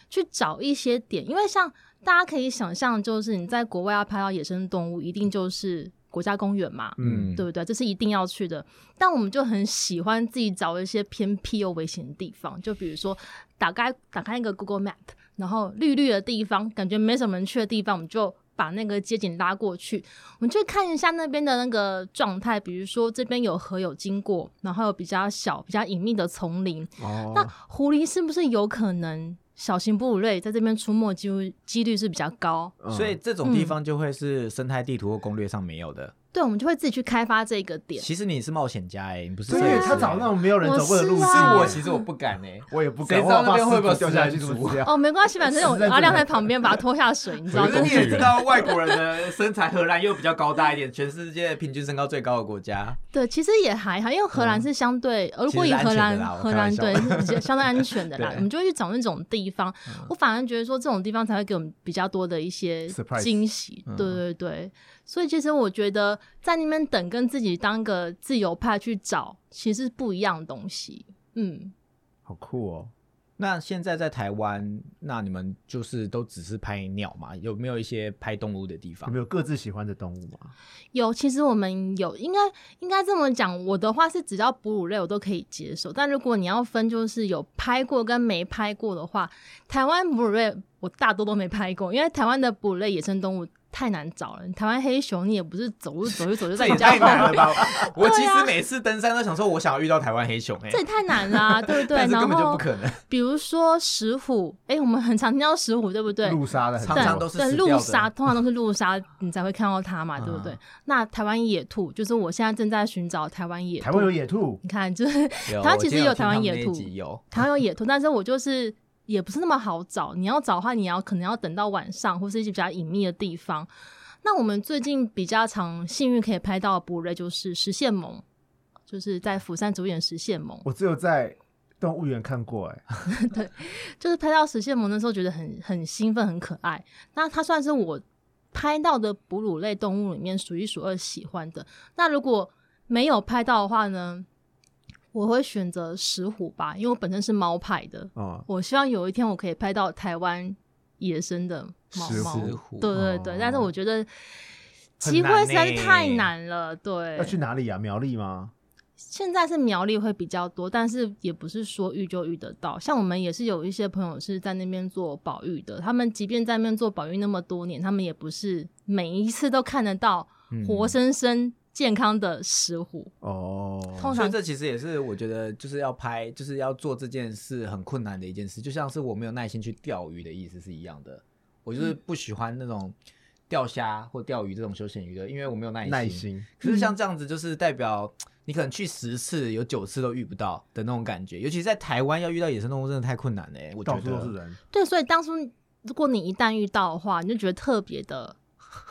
[SPEAKER 3] 去找一些点，因为像大家可以想象，就是你在国外要拍到野生动物，一定就是国家公园嘛，
[SPEAKER 2] 嗯，
[SPEAKER 3] 对不对？这是一定要去的。但我们就很喜欢自己找一些偏僻又危险的地方，就比如说打开打开一个 Google Map，然后绿绿的地方，感觉没什么人去的地方，我们就把那个街景拉过去，我们就看一下那边的那个状态，比如说这边有河有经过，然后有比较小、比较隐秘的丛林，那
[SPEAKER 2] 哦，
[SPEAKER 3] 狐狸是不是有可能小型哺乳类在这边出没几乎几率是比较高？
[SPEAKER 2] 嗯
[SPEAKER 1] 所以这种地方就会是生态地图或攻略上没有的。
[SPEAKER 3] 对，我们就会自己去开发这个点。
[SPEAKER 1] 其实你是冒险家哎、你不是摄影
[SPEAKER 2] 对
[SPEAKER 1] 师
[SPEAKER 2] 他找那种没有人走过的路
[SPEAKER 3] 啊我
[SPEAKER 2] 径，
[SPEAKER 3] 是啊
[SPEAKER 1] 是我，其实我不敢哎、
[SPEAKER 2] 我也不
[SPEAKER 1] 谁
[SPEAKER 2] 敢，
[SPEAKER 1] 知道
[SPEAKER 2] 我
[SPEAKER 1] 那
[SPEAKER 2] 怕
[SPEAKER 1] 边会不会有
[SPEAKER 2] 师傅掉下来
[SPEAKER 1] 死
[SPEAKER 2] 去
[SPEAKER 1] 人
[SPEAKER 2] 怎
[SPEAKER 1] 族
[SPEAKER 2] 么掉？
[SPEAKER 3] 哦，没关系，反正
[SPEAKER 2] 实在
[SPEAKER 3] 我
[SPEAKER 2] 不
[SPEAKER 3] 阿亮
[SPEAKER 2] 敢
[SPEAKER 3] 在旁边把它拖下水，你知道
[SPEAKER 1] 可
[SPEAKER 3] 吗
[SPEAKER 4] 我
[SPEAKER 1] 是
[SPEAKER 4] 工
[SPEAKER 1] 你
[SPEAKER 4] 具
[SPEAKER 1] 也
[SPEAKER 4] 人
[SPEAKER 1] 知道，外国人的身材，荷兰又比较高大一点，全世界平均身高最高的国家。
[SPEAKER 3] 对，其实也还好，因为荷兰是相对，呃如
[SPEAKER 1] 嗯
[SPEAKER 3] 果
[SPEAKER 1] 其
[SPEAKER 3] 以
[SPEAKER 1] 实是
[SPEAKER 3] 荷兰
[SPEAKER 1] 安全的啦我开
[SPEAKER 3] 荷兰
[SPEAKER 1] 玩笑，
[SPEAKER 3] 对是比较相对安全的啦
[SPEAKER 1] 对嗯
[SPEAKER 3] 我们就会去找那种地方。我反而觉得说这种地方才会给我们比较多的一些
[SPEAKER 2] Surprise
[SPEAKER 3] 惊喜
[SPEAKER 1] 嗯。
[SPEAKER 3] 对对对，所以其实我觉得在那边等跟自己当个自由派去找，其实是不一样的东西。嗯，
[SPEAKER 2] 好酷哦！
[SPEAKER 1] 那现在在台湾，那你们就是都只是拍鸟嘛？有没有一些拍动物的地
[SPEAKER 2] 你
[SPEAKER 1] 方
[SPEAKER 2] 们？有各自喜欢的动物吗？
[SPEAKER 3] 有，其实我们有，应该应该这么讲。我的话是只要哺乳类我都可以接受，但如果你要分，就是有拍过跟没拍过的话，台湾哺乳类我大多都没拍过，因为台湾的哺乳类野生动物太难找了。台湾黑熊你也不是走路走一走就在
[SPEAKER 1] 也
[SPEAKER 3] 你家
[SPEAKER 1] 太
[SPEAKER 3] 门口
[SPEAKER 1] 难了 吧！我其实每次登山都想说，我想要遇到台湾黑熊哎、
[SPEAKER 3] 啊这也太难啦、对不对？
[SPEAKER 1] 但是
[SPEAKER 3] 然
[SPEAKER 1] 根本就
[SPEAKER 3] 后
[SPEAKER 1] 不可能，
[SPEAKER 3] 比如说石虎，哎，我们很常听到石虎，对不对？
[SPEAKER 2] 路杀的很
[SPEAKER 1] 常
[SPEAKER 2] 多
[SPEAKER 1] 常都是
[SPEAKER 3] 对
[SPEAKER 1] 死
[SPEAKER 3] 路
[SPEAKER 1] 掉
[SPEAKER 3] 杀，
[SPEAKER 1] 的。
[SPEAKER 3] 通常都是路杀，你才会看到它嘛，对不对？
[SPEAKER 1] 嗯
[SPEAKER 3] 那台湾野兔，就是我现在正在寻找台湾野兔。
[SPEAKER 2] 台湾有野兔，
[SPEAKER 3] 你看， 就是
[SPEAKER 1] 有
[SPEAKER 3] 它
[SPEAKER 1] 我
[SPEAKER 3] 其
[SPEAKER 1] 今
[SPEAKER 3] 实
[SPEAKER 1] 天
[SPEAKER 3] 有
[SPEAKER 1] 听
[SPEAKER 3] 台湾
[SPEAKER 1] 他们
[SPEAKER 3] 野
[SPEAKER 1] 那一
[SPEAKER 3] 兔
[SPEAKER 1] 集有，
[SPEAKER 3] 台湾有野兔，但是我就是也不是那么好找。你要找的话，你要可能要等到晚上，或是一些比较隐秘的地方。那我们最近比较常幸运可以拍到的哺乳类就是石线獴，就是在釜山主演石线獴，
[SPEAKER 2] 我只有在动物园看过，哎，
[SPEAKER 3] 就是拍到石线獴的时候觉得很很兴奋，很可爱。那它算是我拍到的哺乳类动物里面数一数二喜欢的。那如果没有拍到的话呢，我会选择石虎吧，因为我本身是猫派的。
[SPEAKER 2] 哦，
[SPEAKER 3] 我希望有一天我可以拍到台湾野生的猫
[SPEAKER 2] 石
[SPEAKER 3] 猫
[SPEAKER 2] 虎，
[SPEAKER 3] 对对对，
[SPEAKER 2] 哦
[SPEAKER 3] 但是我觉得机会实在是太
[SPEAKER 2] 欸
[SPEAKER 3] 难了。对
[SPEAKER 2] 要，去哪里啊？苗栗吗？
[SPEAKER 3] 现在是苗栗会比较多，但是也不是说遇就遇得到。像我们也是有一些朋友是在那边做保育的，他们即便在那边做保育那么多年，他们也不是每一次都看得到
[SPEAKER 2] 嗯
[SPEAKER 1] 嗯
[SPEAKER 3] 活生生健康的石虎。
[SPEAKER 2] 哦，
[SPEAKER 1] 所
[SPEAKER 3] 通
[SPEAKER 1] 以
[SPEAKER 3] 常
[SPEAKER 1] 这其实也是我觉得就是要拍，就是要做这件事很困难的一件事，就像是我没有耐心去钓鱼的意思是一样的。我就是不喜欢那种钓虾或钓鱼这种休闲娱乐，因为我没有耐心。
[SPEAKER 2] 耐。心，
[SPEAKER 1] 可是像这样子，就是代表你可能去十次有九次都遇不到的那种感觉，尤其是在台湾要遇到野生动物真的太困难了、欸。我觉
[SPEAKER 2] 到
[SPEAKER 1] 得
[SPEAKER 2] 处都是人，
[SPEAKER 3] 对，所以当初如果你一旦遇到的话，你就觉得特别的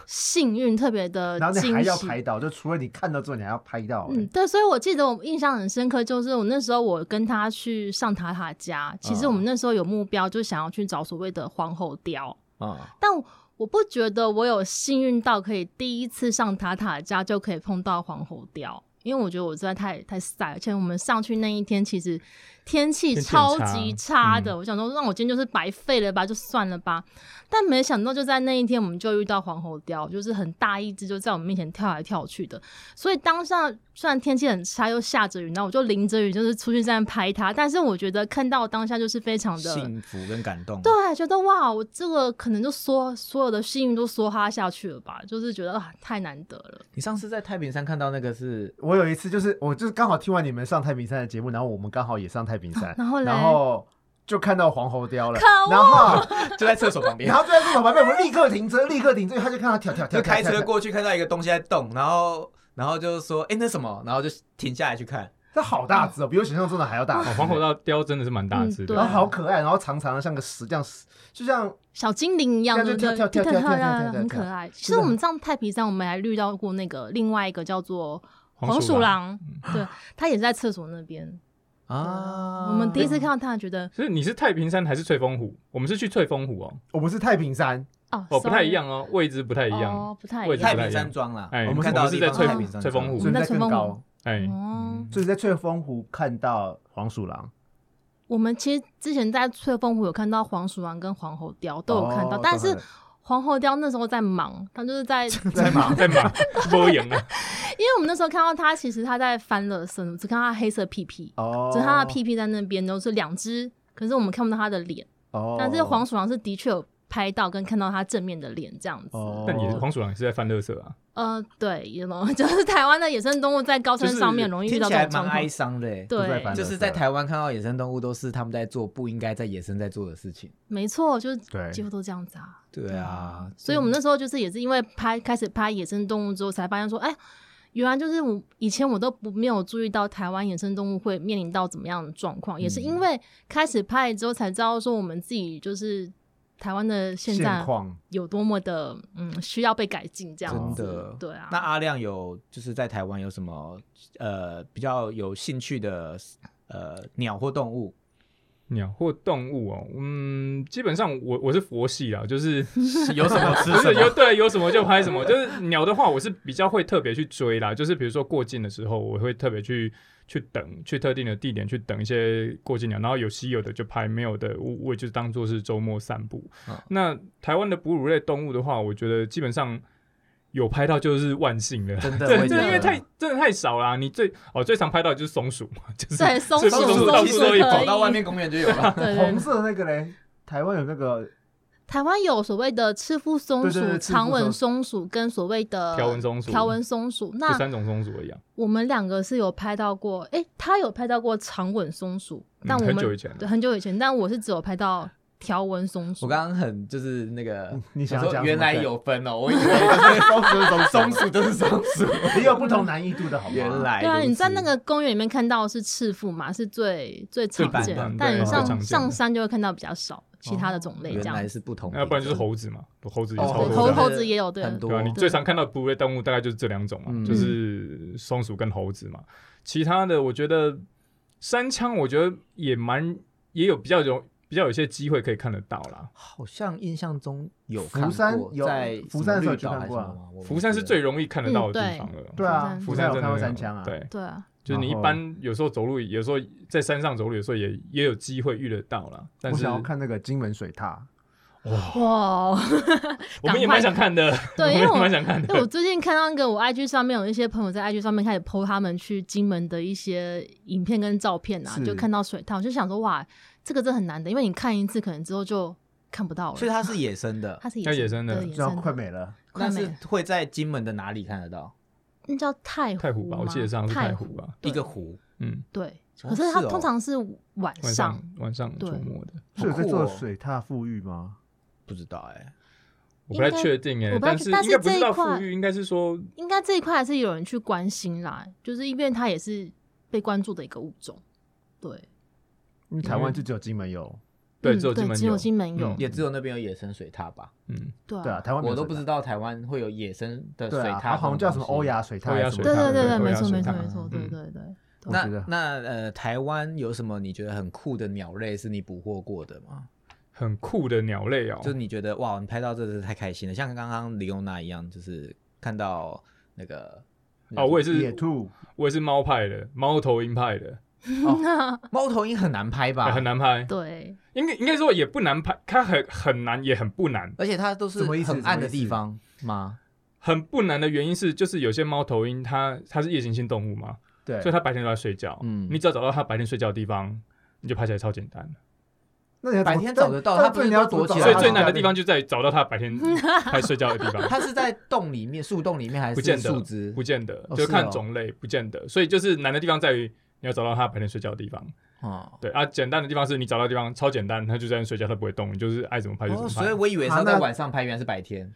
[SPEAKER 3] 幸运，特别的
[SPEAKER 2] 然后你
[SPEAKER 3] 呃惊
[SPEAKER 2] 还要
[SPEAKER 3] 喜。
[SPEAKER 2] 拍欸到，就除了你看到之后，你还要拍到、
[SPEAKER 3] 嗯，对，所以我记得我印象很深刻，就是我那时候我跟他去上塔塔家，其实我们
[SPEAKER 2] 嗯
[SPEAKER 3] 那时候有目标，就想要去找所谓的皇后雕，
[SPEAKER 1] 啊，
[SPEAKER 3] 但我不觉得我有幸运到可以第一次上塔塔家就可以碰到皇后雕。因为我觉得我实在太太晒，而且我们上去那一天其实天气
[SPEAKER 4] 天气
[SPEAKER 3] 超
[SPEAKER 4] 很差
[SPEAKER 3] 级差的。我想说，让我今天就是白费了吧，就算了吧。但没想到就在那一天，我们就遇到黄喉貂，就是很大一只，就在我们面前跳来跳去的。所以当下虽然天气很差，又下着雨，然后我就淋着雨就是出去这样拍它。但是我觉得看到当下就是非常的
[SPEAKER 1] 幸福跟感动，
[SPEAKER 3] 对，哎觉得哇，我这个可能就说所有的幸运都梭哈下去了吧，就是觉得啊太难得了。
[SPEAKER 1] 你上次在太平山看到那个是
[SPEAKER 2] 我有一次就是我就是刚好听完你们上太平山的节目，然后我们刚好也上太平山，
[SPEAKER 3] 哦然后嘞
[SPEAKER 2] 然后就看到黄喉貂了
[SPEAKER 3] 可恶，
[SPEAKER 2] 然后
[SPEAKER 1] 就在厕所 旁边
[SPEAKER 2] 然，后就在厕所旁边，我们立刻停车，立刻停车，因为他就看到跳 跳跳，
[SPEAKER 1] 就开车
[SPEAKER 2] 跳，
[SPEAKER 1] 过去看到一个东西在动，然后然后就说哎那什么，然后就停下来去看，
[SPEAKER 2] 这好大只哦，比我想象中的还要大
[SPEAKER 4] 哦，，黄喉貂貂真的是蛮大
[SPEAKER 3] 嗯
[SPEAKER 4] 只
[SPEAKER 3] 对
[SPEAKER 4] 的，
[SPEAKER 2] 然后好可爱，然后长长的像个石，这样就像
[SPEAKER 3] 小精灵一样，
[SPEAKER 2] 这
[SPEAKER 3] 对
[SPEAKER 2] 样
[SPEAKER 3] 不
[SPEAKER 2] 就
[SPEAKER 3] 对？
[SPEAKER 2] 跳跳跳跳跳跳跳
[SPEAKER 3] 很可爱。其实我们上太平山，我们还遇到过那个另外一个叫做黄鼠狼，
[SPEAKER 4] 嗯
[SPEAKER 3] 对，他也在厕所那边。
[SPEAKER 1] 啊，
[SPEAKER 3] 我们第一次看到他，觉得
[SPEAKER 4] 所以你是太平山还是翠峰湖？我们是去翠峰湖哦，
[SPEAKER 2] 我们是太平山，
[SPEAKER 3] 哦，
[SPEAKER 4] 哦，不太
[SPEAKER 3] sorry
[SPEAKER 4] 一，样哦，位置不太一样。
[SPEAKER 3] 哦，不太一
[SPEAKER 4] 位置
[SPEAKER 3] 样。
[SPEAKER 1] 太平山庄啦，
[SPEAKER 4] 哎
[SPEAKER 1] 我们看到的地方
[SPEAKER 3] 我们是在
[SPEAKER 1] 太平山
[SPEAKER 4] 翠
[SPEAKER 1] 庄
[SPEAKER 4] 峰湖
[SPEAKER 2] 所以
[SPEAKER 3] 那
[SPEAKER 2] 在
[SPEAKER 3] 春
[SPEAKER 2] 更
[SPEAKER 3] 风
[SPEAKER 2] 高，
[SPEAKER 4] 哎，
[SPEAKER 3] 哦，
[SPEAKER 2] 所以在翠峰湖看到黄鼠狼，
[SPEAKER 3] 我们其实之前在翠峰湖有看到黄鼠狼跟黄喉貂都有看到，
[SPEAKER 2] 哦
[SPEAKER 3] 但是
[SPEAKER 2] 都看到
[SPEAKER 3] 黄喉貂那时候在忙，他就是 在
[SPEAKER 2] 在吗？
[SPEAKER 4] 在马波阳啊，
[SPEAKER 3] 因为我们那时候看到它，其实它在翻垃圾，我只看到它黑色屁屁，
[SPEAKER 2] 哦，
[SPEAKER 3] 只看到它屁屁在那边，都是两只，可是我们看不到它的脸。
[SPEAKER 2] 哦，
[SPEAKER 3] 但是黄鼠狼是的确有拍到跟看到它正面的脸这样子。
[SPEAKER 2] 哦
[SPEAKER 4] 但也是黄鼠狼也是在犯乐色啊。
[SPEAKER 3] 呃，对，有种 就是台湾的野生动物在高山上面容易遇
[SPEAKER 1] 听
[SPEAKER 3] 到
[SPEAKER 1] 起
[SPEAKER 3] 这
[SPEAKER 1] 来
[SPEAKER 3] 种
[SPEAKER 1] 蛮
[SPEAKER 3] 状
[SPEAKER 1] 哀
[SPEAKER 3] 况。
[SPEAKER 1] 伤的欸，
[SPEAKER 2] 都在
[SPEAKER 3] 对
[SPEAKER 2] 翻，
[SPEAKER 1] 就是在台湾看到野生动物都是他们在做不应该在野生在做的事情，
[SPEAKER 3] 没错，就是
[SPEAKER 2] 对
[SPEAKER 3] 几乎都这样子啊。
[SPEAKER 1] 对啊，
[SPEAKER 3] 所以我们那时候就是也是因为拍开始拍野生动物之后，才发现说，哎，原来就是我以前我都不没有注意到台湾野生动物会面临到怎么样的状况，也是因为开始拍了之后才知道说我们自己就是台湾的现
[SPEAKER 2] 现
[SPEAKER 3] 在
[SPEAKER 2] 况，
[SPEAKER 3] 有多么的嗯需要被改进这样子。
[SPEAKER 1] 真的
[SPEAKER 3] 对啊。
[SPEAKER 1] 那阿亮有就是在台湾有什么呃比较有兴趣的呃鸟或动物？
[SPEAKER 4] 鸟或动物哦，嗯，基本上我我是佛系啦，就是
[SPEAKER 1] 有什么吃
[SPEAKER 4] 不是有？对有什么就拍什么，就是鸟的话，我是比较会特别去追啦，就是比如说过境的时候，我会特别去去等，去特定的地点去等一些过境鸟，然后有稀有的就拍，没有的我我也就当做是周末散步。
[SPEAKER 1] 啊
[SPEAKER 4] 那台湾的哺乳类动物的话，我觉得基本上有拍到就是万幸了。
[SPEAKER 1] 真的，
[SPEAKER 4] 对
[SPEAKER 1] 我也觉
[SPEAKER 4] 对，
[SPEAKER 1] 得
[SPEAKER 4] 因为太真的太少啦。你最哦最常拍到的就是松鼠嘛，就是
[SPEAKER 3] 对松鼠
[SPEAKER 4] 所以松
[SPEAKER 3] 松
[SPEAKER 4] 到
[SPEAKER 3] 鼠
[SPEAKER 4] 处都
[SPEAKER 3] 可以
[SPEAKER 4] 有。
[SPEAKER 1] 走到外面公园就有了。
[SPEAKER 3] 对对
[SPEAKER 2] 红色的那个嘞，台湾有那个
[SPEAKER 3] 台湾有所谓的赤腹松
[SPEAKER 2] 对对
[SPEAKER 3] 鼠、
[SPEAKER 2] 对赤腹松鼠
[SPEAKER 3] 长吻松鼠跟所谓的
[SPEAKER 4] 条纹松鼠
[SPEAKER 3] 条纹松鼠，
[SPEAKER 4] 就
[SPEAKER 3] 那
[SPEAKER 4] 三种松鼠一样，
[SPEAKER 3] 我们两个是有拍到过，诶，他有拍到过长吻松鼠，但我们
[SPEAKER 4] 嗯很久以前了
[SPEAKER 3] 对很久以前，但我是只有拍到条纹松鼠。
[SPEAKER 1] 我刚刚很就是那个，
[SPEAKER 2] 你想要
[SPEAKER 1] 说
[SPEAKER 2] 讲什么
[SPEAKER 1] 原来有分哦，我 以为
[SPEAKER 2] 松鼠
[SPEAKER 1] 松
[SPEAKER 2] 松
[SPEAKER 1] 鼠就是松鼠，
[SPEAKER 2] 也有不同难易度的，好吗？
[SPEAKER 1] 原来
[SPEAKER 3] 对啊，
[SPEAKER 1] 如此
[SPEAKER 3] 你在那个公园里面看到的是赤腹嘛，是最最常
[SPEAKER 1] 最
[SPEAKER 3] 见
[SPEAKER 1] 版
[SPEAKER 3] 的
[SPEAKER 4] 的，
[SPEAKER 3] 但
[SPEAKER 4] 对
[SPEAKER 3] 你
[SPEAKER 2] 最
[SPEAKER 3] 上
[SPEAKER 4] 常见的
[SPEAKER 3] 上山就会看到比较少其他的种类
[SPEAKER 1] 原
[SPEAKER 3] 这
[SPEAKER 1] 来
[SPEAKER 3] 样。
[SPEAKER 1] 是不同的，
[SPEAKER 4] 要不然就是猴子嘛，猴子也
[SPEAKER 1] 哦，
[SPEAKER 4] 超
[SPEAKER 3] 对
[SPEAKER 4] 多
[SPEAKER 3] 猴
[SPEAKER 4] 的。
[SPEAKER 3] 猴子也有对
[SPEAKER 1] 很多
[SPEAKER 4] 对啊，你
[SPEAKER 3] 对
[SPEAKER 4] 最常看到哺乳类动物大概就是这两种嘛，
[SPEAKER 1] 嗯
[SPEAKER 4] 就是松鼠跟猴子嘛。其他的，我觉得山枪，我觉得也蛮也有比较有比较有些机会可以看得到啦。
[SPEAKER 1] 好像印象中有
[SPEAKER 2] 福
[SPEAKER 1] 看
[SPEAKER 2] 山
[SPEAKER 1] 过
[SPEAKER 2] 有
[SPEAKER 1] 在
[SPEAKER 2] 福山的时候
[SPEAKER 1] 绿岛
[SPEAKER 2] 有看
[SPEAKER 1] 还是
[SPEAKER 2] 过啊
[SPEAKER 1] 什么吗我
[SPEAKER 4] 福山是最容易看得到
[SPEAKER 3] 嗯
[SPEAKER 4] 的地
[SPEAKER 3] 对
[SPEAKER 4] 方了。
[SPEAKER 2] 对啊，
[SPEAKER 3] 福
[SPEAKER 2] 福
[SPEAKER 4] 福
[SPEAKER 2] 山
[SPEAKER 4] 山
[SPEAKER 2] 有看过
[SPEAKER 4] 真的没有
[SPEAKER 2] 三枪啊，
[SPEAKER 4] 对，
[SPEAKER 3] 对啊，
[SPEAKER 4] 就是你一
[SPEAKER 2] 然后
[SPEAKER 4] 般有时候走路，有时候在山上走路，有时候也也有机会遇得到啦。但
[SPEAKER 2] 我
[SPEAKER 4] 是
[SPEAKER 2] 想要看那个金门水獭，
[SPEAKER 3] 哇，
[SPEAKER 4] 哦 我们也蛮想看的，
[SPEAKER 3] 对因为
[SPEAKER 4] 我们
[SPEAKER 3] 我
[SPEAKER 4] 也蛮想看
[SPEAKER 3] 因为
[SPEAKER 4] 的
[SPEAKER 3] 我。最近看到那个我 IG 上面有一些朋友在 IG 上面开始 PO 他们去金门的一些影片跟照片啊，
[SPEAKER 2] 是
[SPEAKER 3] 就看到水獭，我就想说哇，这个真的很难的，因为你看一次可能之后就看不到了。
[SPEAKER 1] 所以它是野生的，
[SPEAKER 3] 它是
[SPEAKER 4] 它野生的
[SPEAKER 3] 对野
[SPEAKER 2] 这样
[SPEAKER 3] 生
[SPEAKER 2] 快
[SPEAKER 3] 的，
[SPEAKER 2] 没了。
[SPEAKER 3] 快
[SPEAKER 1] 那
[SPEAKER 3] 没
[SPEAKER 1] 是
[SPEAKER 3] 了。
[SPEAKER 1] 会在金门的哪里看得到？
[SPEAKER 3] 那叫太
[SPEAKER 4] 太湖吧，
[SPEAKER 3] 吗
[SPEAKER 4] 我记得上是
[SPEAKER 3] 太
[SPEAKER 4] 太湖吧，
[SPEAKER 1] 一个湖，
[SPEAKER 4] 嗯，
[SPEAKER 3] 对，
[SPEAKER 1] 哦
[SPEAKER 3] 可是它
[SPEAKER 1] 是哦
[SPEAKER 3] 通常是晚
[SPEAKER 4] 晚
[SPEAKER 3] 上
[SPEAKER 4] 上。晚上
[SPEAKER 3] 对
[SPEAKER 4] 周末的，
[SPEAKER 2] 是有在
[SPEAKER 1] 好酷
[SPEAKER 2] 做
[SPEAKER 1] 哦
[SPEAKER 2] 水獭富裕吗？
[SPEAKER 1] 不知道哎，
[SPEAKER 4] 我不太
[SPEAKER 3] 应该
[SPEAKER 4] 确定哎、
[SPEAKER 3] 我不太
[SPEAKER 4] 但是
[SPEAKER 3] 但是
[SPEAKER 4] 应该不
[SPEAKER 3] 这
[SPEAKER 4] 是
[SPEAKER 3] 一
[SPEAKER 4] 到
[SPEAKER 3] 块
[SPEAKER 4] 富裕，应该是说
[SPEAKER 3] 应该这一块还是有人去关心啦，就是因为它也是被关注的一个物种。对，
[SPEAKER 2] 因为台湾就只有金门有，
[SPEAKER 4] 对，
[SPEAKER 3] 嗯
[SPEAKER 4] 只有金门
[SPEAKER 3] 只有金门有
[SPEAKER 4] 嗯
[SPEAKER 1] 也只有那边有野生水獭吧，
[SPEAKER 4] 嗯，
[SPEAKER 3] 对
[SPEAKER 2] 对啊，
[SPEAKER 3] 啊，
[SPEAKER 2] 台湾没有
[SPEAKER 1] 我都不知
[SPEAKER 2] 水獭
[SPEAKER 1] 道台湾会有野生的水
[SPEAKER 2] 对啊，
[SPEAKER 1] 獭，
[SPEAKER 2] 它好像叫什么欧。亚水獭
[SPEAKER 4] 欧
[SPEAKER 2] 还
[SPEAKER 4] 亚
[SPEAKER 2] 是什
[SPEAKER 4] 水
[SPEAKER 2] 么
[SPEAKER 3] 对
[SPEAKER 2] 的，
[SPEAKER 4] 獭
[SPEAKER 3] 对对
[SPEAKER 4] 对
[SPEAKER 3] 对，
[SPEAKER 4] 对
[SPEAKER 3] 没
[SPEAKER 4] 对
[SPEAKER 3] 错没
[SPEAKER 4] 水
[SPEAKER 3] 错
[SPEAKER 4] 獭
[SPEAKER 3] 没错，对
[SPEAKER 4] 嗯
[SPEAKER 3] 对对。
[SPEAKER 2] 我
[SPEAKER 1] 那
[SPEAKER 2] 知道
[SPEAKER 1] 那呃，台湾有什么你觉得很酷的鸟类是你捕获过的吗？
[SPEAKER 4] 很酷的鸟类哦，
[SPEAKER 1] 就是你觉得哇，你拍到这真是太开心了，像刚刚李欧娜一样，就是看到那个
[SPEAKER 4] 哦，我也
[SPEAKER 2] 野
[SPEAKER 4] 是，
[SPEAKER 2] 兔，
[SPEAKER 4] 我也是猫派的，猫头鹰派的，
[SPEAKER 1] 猫头鹰很难拍吧？
[SPEAKER 4] 哎很，难拍，
[SPEAKER 3] 对，
[SPEAKER 4] 应该应该说也不难拍，它很很难，也很不难，
[SPEAKER 1] 而且它都是
[SPEAKER 2] 什么意思
[SPEAKER 1] 很暗的
[SPEAKER 2] 什么意思
[SPEAKER 1] 地方吗？
[SPEAKER 4] 很不难的原因是，就是有些猫头鹰它它是夜行性动物嘛，
[SPEAKER 2] 对，
[SPEAKER 4] 所以它白天都在睡觉，
[SPEAKER 1] 嗯
[SPEAKER 4] 你只要找到它白天睡觉的地方。你就拍起来超简单，
[SPEAKER 2] 那你要怎么
[SPEAKER 1] 白天找得到
[SPEAKER 2] 但
[SPEAKER 1] 它不是
[SPEAKER 2] 但你要
[SPEAKER 1] 都躲
[SPEAKER 2] 怎么
[SPEAKER 1] 起对来啊
[SPEAKER 2] 找
[SPEAKER 4] 所以
[SPEAKER 2] 到
[SPEAKER 4] 最难
[SPEAKER 2] 它
[SPEAKER 4] 的地方就在于找到它 白天拍睡觉的地方，
[SPEAKER 1] 它是在洞里面、树洞里面还
[SPEAKER 4] 不见
[SPEAKER 1] 是
[SPEAKER 4] 得
[SPEAKER 1] 树枝？
[SPEAKER 4] 不见得，
[SPEAKER 1] 哦
[SPEAKER 4] 就是看
[SPEAKER 1] 哦
[SPEAKER 4] 种类，不见得。所以就是难的地方在于你要找到它白天睡觉的地方，
[SPEAKER 1] 哦，
[SPEAKER 4] 对啊，简单的地方是你找到地方超简单，它就在那睡觉，它不会动，你就是爱怎么拍就怎么
[SPEAKER 1] 哦
[SPEAKER 4] 拍。
[SPEAKER 1] 所以我以为是要
[SPEAKER 2] 啊
[SPEAKER 1] 在
[SPEAKER 2] 那
[SPEAKER 1] 晚上拍，原来是白天。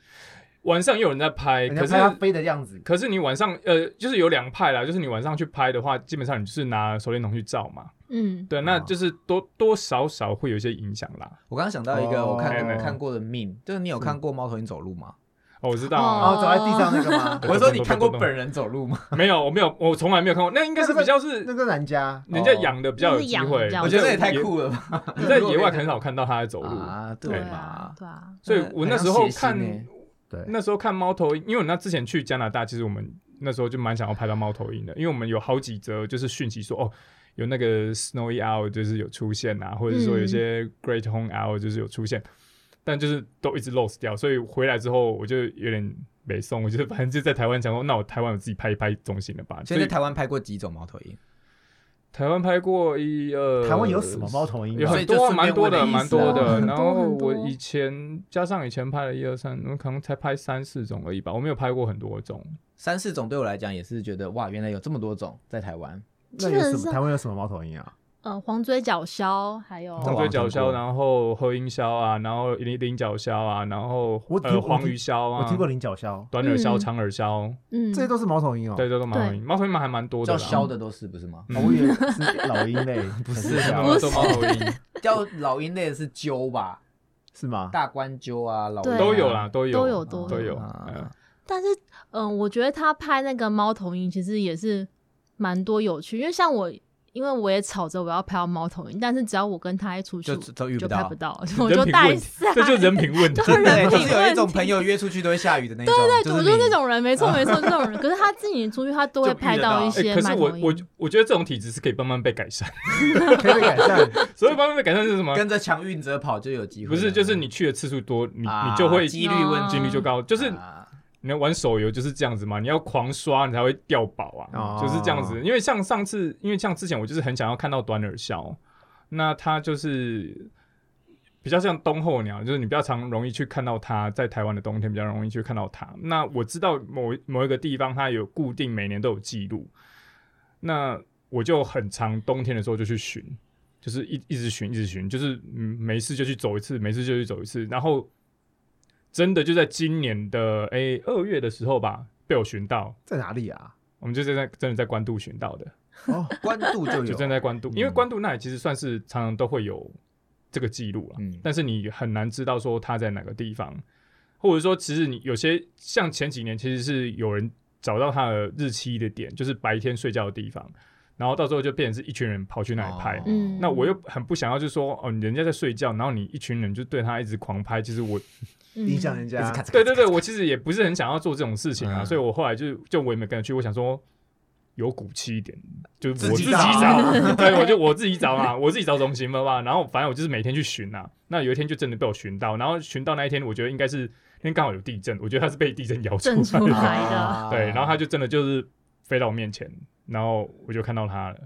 [SPEAKER 4] 晚上也有人在拍，
[SPEAKER 2] 人家
[SPEAKER 4] 可是
[SPEAKER 2] 拍它飞的样子，
[SPEAKER 4] 可是你晚上呃，就是有两派啦，就是你晚上去拍的话，基本上你就是拿手电筒去照嘛，
[SPEAKER 3] 嗯，
[SPEAKER 4] 对，那就是多多少少会有一些影响啦。
[SPEAKER 1] 我刚刚想到一个
[SPEAKER 2] 哦
[SPEAKER 1] 我看
[SPEAKER 4] 没没
[SPEAKER 1] 看过的 meme，就是你有看过猫头鹰走路吗？
[SPEAKER 4] 哦，我知道
[SPEAKER 2] 然
[SPEAKER 4] 啊，
[SPEAKER 3] 哦
[SPEAKER 2] 后走在地上那个吗？
[SPEAKER 4] 对
[SPEAKER 1] 我说你看过本人走路吗？
[SPEAKER 4] 没有，我没有，我从来没有看过，那应该是比较是
[SPEAKER 2] 那个南家，
[SPEAKER 4] 人家养的比较有
[SPEAKER 3] 那
[SPEAKER 4] 机
[SPEAKER 3] 是养的
[SPEAKER 4] 会
[SPEAKER 3] 比较，有
[SPEAKER 1] 我
[SPEAKER 3] 机
[SPEAKER 1] 觉
[SPEAKER 3] 会
[SPEAKER 1] 得也太酷了吧！
[SPEAKER 4] 你在野外很少看到它在走路，
[SPEAKER 1] 啊，
[SPEAKER 3] 对啊
[SPEAKER 1] 嘛，？
[SPEAKER 3] 对啊，
[SPEAKER 4] 所以我那时候
[SPEAKER 1] 呃
[SPEAKER 4] 看
[SPEAKER 1] 很像谐星欸
[SPEAKER 2] 对，
[SPEAKER 4] 那时候看猫头鹰，因为我那之前去加拿大，其实我们那时候就蛮想要拍到猫头鹰的，因为我们有好几则就是讯息说哦。有那个 snowy owl 就是有出现啊，或者说有些 great home owl 就是有出现，但就是都一直 lost 掉，所以回来之后我就有点没送，我就反正就在台湾想说，那我台湾我自己拍一拍中型的吧。
[SPEAKER 1] 所
[SPEAKER 4] 所
[SPEAKER 1] 以
[SPEAKER 4] 以
[SPEAKER 1] 在台湾拍过几种猫头鹰？
[SPEAKER 4] 台湾拍过一呃二，
[SPEAKER 2] 台湾有什么猫头鹰
[SPEAKER 4] 有
[SPEAKER 2] 吗？
[SPEAKER 1] 所以
[SPEAKER 4] 很多啊
[SPEAKER 1] 就顺便
[SPEAKER 4] 蛮多
[SPEAKER 1] 问
[SPEAKER 4] 的，
[SPEAKER 1] 你意
[SPEAKER 4] 蛮
[SPEAKER 1] 思啊
[SPEAKER 4] 多的。
[SPEAKER 3] 很多
[SPEAKER 4] 然后
[SPEAKER 3] 很多
[SPEAKER 4] 我以前加上以前拍了一二三，我可能才拍三四种而已吧，我没有拍过很多种。
[SPEAKER 1] 三四种对我来讲也是觉得哇，原来有这么多种在台湾。
[SPEAKER 2] 那有什
[SPEAKER 3] 基本
[SPEAKER 2] 么？
[SPEAKER 3] 上
[SPEAKER 2] 台湾有什么猫头鹰啊？
[SPEAKER 3] 呃，黄嘴角鸮，还有
[SPEAKER 4] 红
[SPEAKER 2] 黄
[SPEAKER 4] 嘴
[SPEAKER 2] 我
[SPEAKER 4] 角
[SPEAKER 2] 好像
[SPEAKER 4] 鸮，
[SPEAKER 2] 过
[SPEAKER 4] 然后黑鹰鸮啊，然后菱菱角鸮啊，然后
[SPEAKER 2] 我听
[SPEAKER 4] 呃
[SPEAKER 2] 我
[SPEAKER 4] 黄
[SPEAKER 2] 听
[SPEAKER 4] 鱼鸮啊，
[SPEAKER 2] 我听过菱角鸮，
[SPEAKER 4] 短耳鸮、
[SPEAKER 3] 嗯
[SPEAKER 4] 长耳鸮，
[SPEAKER 3] 嗯，
[SPEAKER 2] 这些都是猫头鹰哦。
[SPEAKER 4] 对，这都蛮好
[SPEAKER 3] 对
[SPEAKER 4] 鹰，猫头鹰还蛮多
[SPEAKER 1] 叫
[SPEAKER 4] 的啦，
[SPEAKER 1] 枭的都是不是吗？
[SPEAKER 4] 嗯
[SPEAKER 2] 哦我以为是老鹰类，不是
[SPEAKER 4] 然
[SPEAKER 2] 鸮
[SPEAKER 4] 后都猫头
[SPEAKER 3] 啊
[SPEAKER 4] 鹰
[SPEAKER 1] 叫老鹰类的是鸠吧，
[SPEAKER 2] 是吗？
[SPEAKER 1] 大关鸠啊，老鹰啊
[SPEAKER 4] 都有啦，。都有
[SPEAKER 3] 都有都
[SPEAKER 4] 都
[SPEAKER 3] 有
[SPEAKER 4] 有，
[SPEAKER 1] 啊
[SPEAKER 4] 嗯
[SPEAKER 3] 但是，嗯、我觉得他拍那个猫头鹰其实也是蛮多有趣，因为像我，因为我也吵着我要拍到猫头鹰，但是只要我跟他一出去，
[SPEAKER 1] 就都遇不
[SPEAKER 3] 就
[SPEAKER 1] 到
[SPEAKER 3] 拍不到， 就我
[SPEAKER 4] 人
[SPEAKER 3] 就
[SPEAKER 4] 品
[SPEAKER 3] 带
[SPEAKER 4] 问题
[SPEAKER 3] 伞，，
[SPEAKER 4] 这就是 人品问题。哎
[SPEAKER 3] 真的
[SPEAKER 1] 对，
[SPEAKER 3] 人
[SPEAKER 1] 就
[SPEAKER 3] 品
[SPEAKER 1] 是有一
[SPEAKER 3] 问
[SPEAKER 1] 种
[SPEAKER 3] 题
[SPEAKER 1] 朋友约出去都会下雨的那种，对
[SPEAKER 3] 对，我
[SPEAKER 1] 就
[SPEAKER 3] 就
[SPEAKER 1] 是是
[SPEAKER 3] 那
[SPEAKER 1] 你
[SPEAKER 3] 种人，没错没错，这种人。可是他自己出去，他都会
[SPEAKER 1] 就遇得
[SPEAKER 3] 拍
[SPEAKER 1] 到
[SPEAKER 3] 一
[SPEAKER 4] 哎
[SPEAKER 3] 些
[SPEAKER 4] 可是
[SPEAKER 3] 猫
[SPEAKER 4] 我
[SPEAKER 3] 头
[SPEAKER 4] 我
[SPEAKER 3] 鹰。
[SPEAKER 4] 我觉得这种体质是可以慢慢被改善。
[SPEAKER 2] 可以被改善，
[SPEAKER 4] 所以慢慢被改善是什么？
[SPEAKER 1] 跟着强运者跑就有机会
[SPEAKER 4] 不
[SPEAKER 1] 了。
[SPEAKER 4] 是，就是你去的次数多，你
[SPEAKER 1] 啊
[SPEAKER 4] 你就会
[SPEAKER 1] 几率问
[SPEAKER 3] 啊
[SPEAKER 1] 题，
[SPEAKER 4] 几率就高。就是
[SPEAKER 1] 啊
[SPEAKER 4] 你要玩手游就是这样子嘛，你要狂刷你才会掉宝啊，
[SPEAKER 2] 哦
[SPEAKER 4] 就是这样子。因为像上次，因为像之前我就是很想要看到短耳鸮，那它就是比较像冬候鸟，就是你比较常容易去看到它，在台湾的冬天比较容易去看到它。那我知道某某一个地方它有固定每年都有记录，那我就很常冬天的时候就去寻，就是一一直寻一直寻，就是嗯没事就去走一次，没事就去走一次，然后真的就在今年的诶二月的时候吧，被我寻到，
[SPEAKER 2] 在哪里啊？
[SPEAKER 4] 我们就在在真的在关渡寻到的，
[SPEAKER 2] 哦，
[SPEAKER 1] 关渡就
[SPEAKER 4] 就
[SPEAKER 1] 有，
[SPEAKER 4] 正在关渡，
[SPEAKER 1] 嗯
[SPEAKER 4] 因为关渡那里其实算是常常都会有这个记录了，啊
[SPEAKER 1] 嗯
[SPEAKER 4] 但是你很难知道说它在哪个地方，或者说其实你有些像前几年其实是有人找到它的日期的点，就是白天睡觉的地方，然后到时候就变成是一群人跑去那里拍。
[SPEAKER 1] 哦
[SPEAKER 3] 嗯，
[SPEAKER 4] 那我又很不想要，就是说哦，人家在睡觉，然后你一群人就对他一直狂拍。其实我，
[SPEAKER 3] 嗯
[SPEAKER 1] 嗯
[SPEAKER 2] 影响人
[SPEAKER 1] 一直
[SPEAKER 2] 家
[SPEAKER 1] 咔。嚓
[SPEAKER 4] 对啊对对，我其实也不是很想要做这种事情啊，
[SPEAKER 1] 嗯
[SPEAKER 4] 所以我后来就就我也没跟着去，我想说有骨气一点，就是我
[SPEAKER 1] 自己
[SPEAKER 4] 找，
[SPEAKER 1] 找
[SPEAKER 4] 对，我就我自己找嘛， 我自己找总行了吧。然后反正我就是每天去寻啊，那有一天就真的被我寻到，然后寻到那一天，我觉得应该是因为刚好有地震，我觉得他是被地震摇出
[SPEAKER 3] 震出
[SPEAKER 4] 来的，
[SPEAKER 3] 来的
[SPEAKER 1] 啊
[SPEAKER 4] 对，然后他就真的就是飞到我面前，然后我就看到他了。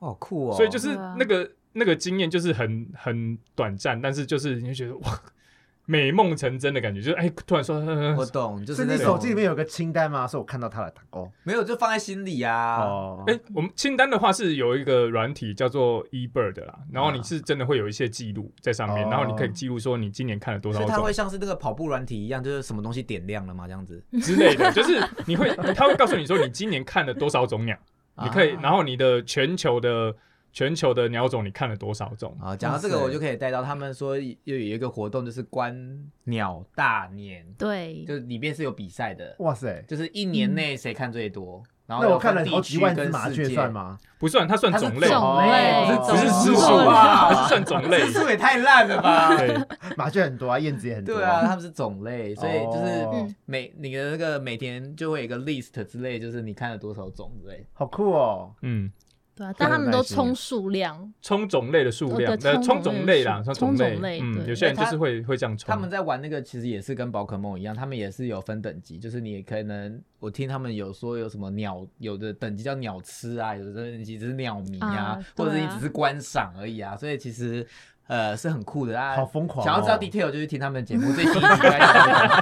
[SPEAKER 1] 好酷哦，
[SPEAKER 4] 所以就是
[SPEAKER 3] 对啊
[SPEAKER 4] 那个、那个经验就是很很短暂，但是就是你会觉得哇， 美梦成真的感觉，就是哎、突然说， 呃
[SPEAKER 1] 我懂，就是
[SPEAKER 2] 你
[SPEAKER 1] 那种
[SPEAKER 2] 手机里面有个清单吗？是我看到他的打勾。
[SPEAKER 1] 没有就放在心里啊，
[SPEAKER 2] 哦，
[SPEAKER 4] 哎、我们清单的话是有一个软体叫做 eBird 啦，然后你是真的会有一些记录在上面，
[SPEAKER 2] 啊哦
[SPEAKER 4] 然后你可以记录说你今年看了多
[SPEAKER 1] 所
[SPEAKER 4] 少
[SPEAKER 1] 以它会
[SPEAKER 4] 种
[SPEAKER 1] 像是那个跑步软体一样，就是什么东西点亮了嘛，这样子。
[SPEAKER 4] 之类的，就是 你
[SPEAKER 1] 啊
[SPEAKER 2] 啊
[SPEAKER 4] 会，他会告诉你说你今年看了多少种鸟，你可以，然后你的全球的。全球的鸟种你看了多少种？
[SPEAKER 1] 啊，讲到这个，我就可以带到他们说有有一个活动，就是观鸟大年，
[SPEAKER 3] 对，
[SPEAKER 1] 就是里面是有比赛的，
[SPEAKER 2] 哇塞！
[SPEAKER 1] 就是一年内谁看最多。然后
[SPEAKER 2] 那我
[SPEAKER 1] 要
[SPEAKER 2] 看
[SPEAKER 1] 分
[SPEAKER 2] 了
[SPEAKER 1] 地
[SPEAKER 2] 好几
[SPEAKER 1] 区
[SPEAKER 2] 万
[SPEAKER 1] 跟
[SPEAKER 2] 只麻
[SPEAKER 1] 世
[SPEAKER 2] 雀
[SPEAKER 1] 界
[SPEAKER 2] 算？吗？
[SPEAKER 4] 不算，它算
[SPEAKER 1] 它是
[SPEAKER 4] 种类，哦
[SPEAKER 3] 种类
[SPEAKER 1] 不
[SPEAKER 2] 不
[SPEAKER 1] 是
[SPEAKER 2] 是
[SPEAKER 1] 指
[SPEAKER 2] 指
[SPEAKER 1] 数
[SPEAKER 2] 数
[SPEAKER 1] 啊，
[SPEAKER 4] 它是算种类
[SPEAKER 1] 指。数也太烂了吧？
[SPEAKER 4] 对，
[SPEAKER 2] 麻雀很多啊，燕子也很多。
[SPEAKER 1] 对啊，他，们是种类，所以就是
[SPEAKER 2] 哦
[SPEAKER 3] 嗯
[SPEAKER 1] 每你的那个每天就会有一个 list 之类，就是你看了多少种之类。
[SPEAKER 2] 好酷哦！
[SPEAKER 4] 嗯，
[SPEAKER 3] 对啊，但他们
[SPEAKER 2] 很
[SPEAKER 3] 都
[SPEAKER 2] 耐心
[SPEAKER 3] 冲数量，
[SPEAKER 4] 冲种类的数量
[SPEAKER 3] 哦，对
[SPEAKER 4] 呃，
[SPEAKER 3] 冲种
[SPEAKER 4] 冲种
[SPEAKER 3] 类
[SPEAKER 4] 类
[SPEAKER 3] 的
[SPEAKER 4] 啦，
[SPEAKER 3] 数
[SPEAKER 4] 算
[SPEAKER 3] 冲
[SPEAKER 4] 类
[SPEAKER 3] 种类。对
[SPEAKER 4] 嗯，有些人
[SPEAKER 1] 对
[SPEAKER 4] 就
[SPEAKER 1] 它
[SPEAKER 4] 是会会这样冲。
[SPEAKER 1] 他们在玩那个其实也是跟宝可梦一样，他们也是有分等级，就是你可能我听他们有说有什么鸟，有的等级叫鸟吃啊，有的等级只是鸟迷啊，
[SPEAKER 3] 啊
[SPEAKER 1] 或者是
[SPEAKER 3] 对
[SPEAKER 1] 你
[SPEAKER 3] 啊
[SPEAKER 1] 只是观赏而已啊，所以其实。呃，是很酷的，大家
[SPEAKER 2] 好疯狂哦
[SPEAKER 1] 想要知道 detail 就去听他们的节目，最新一集在 讲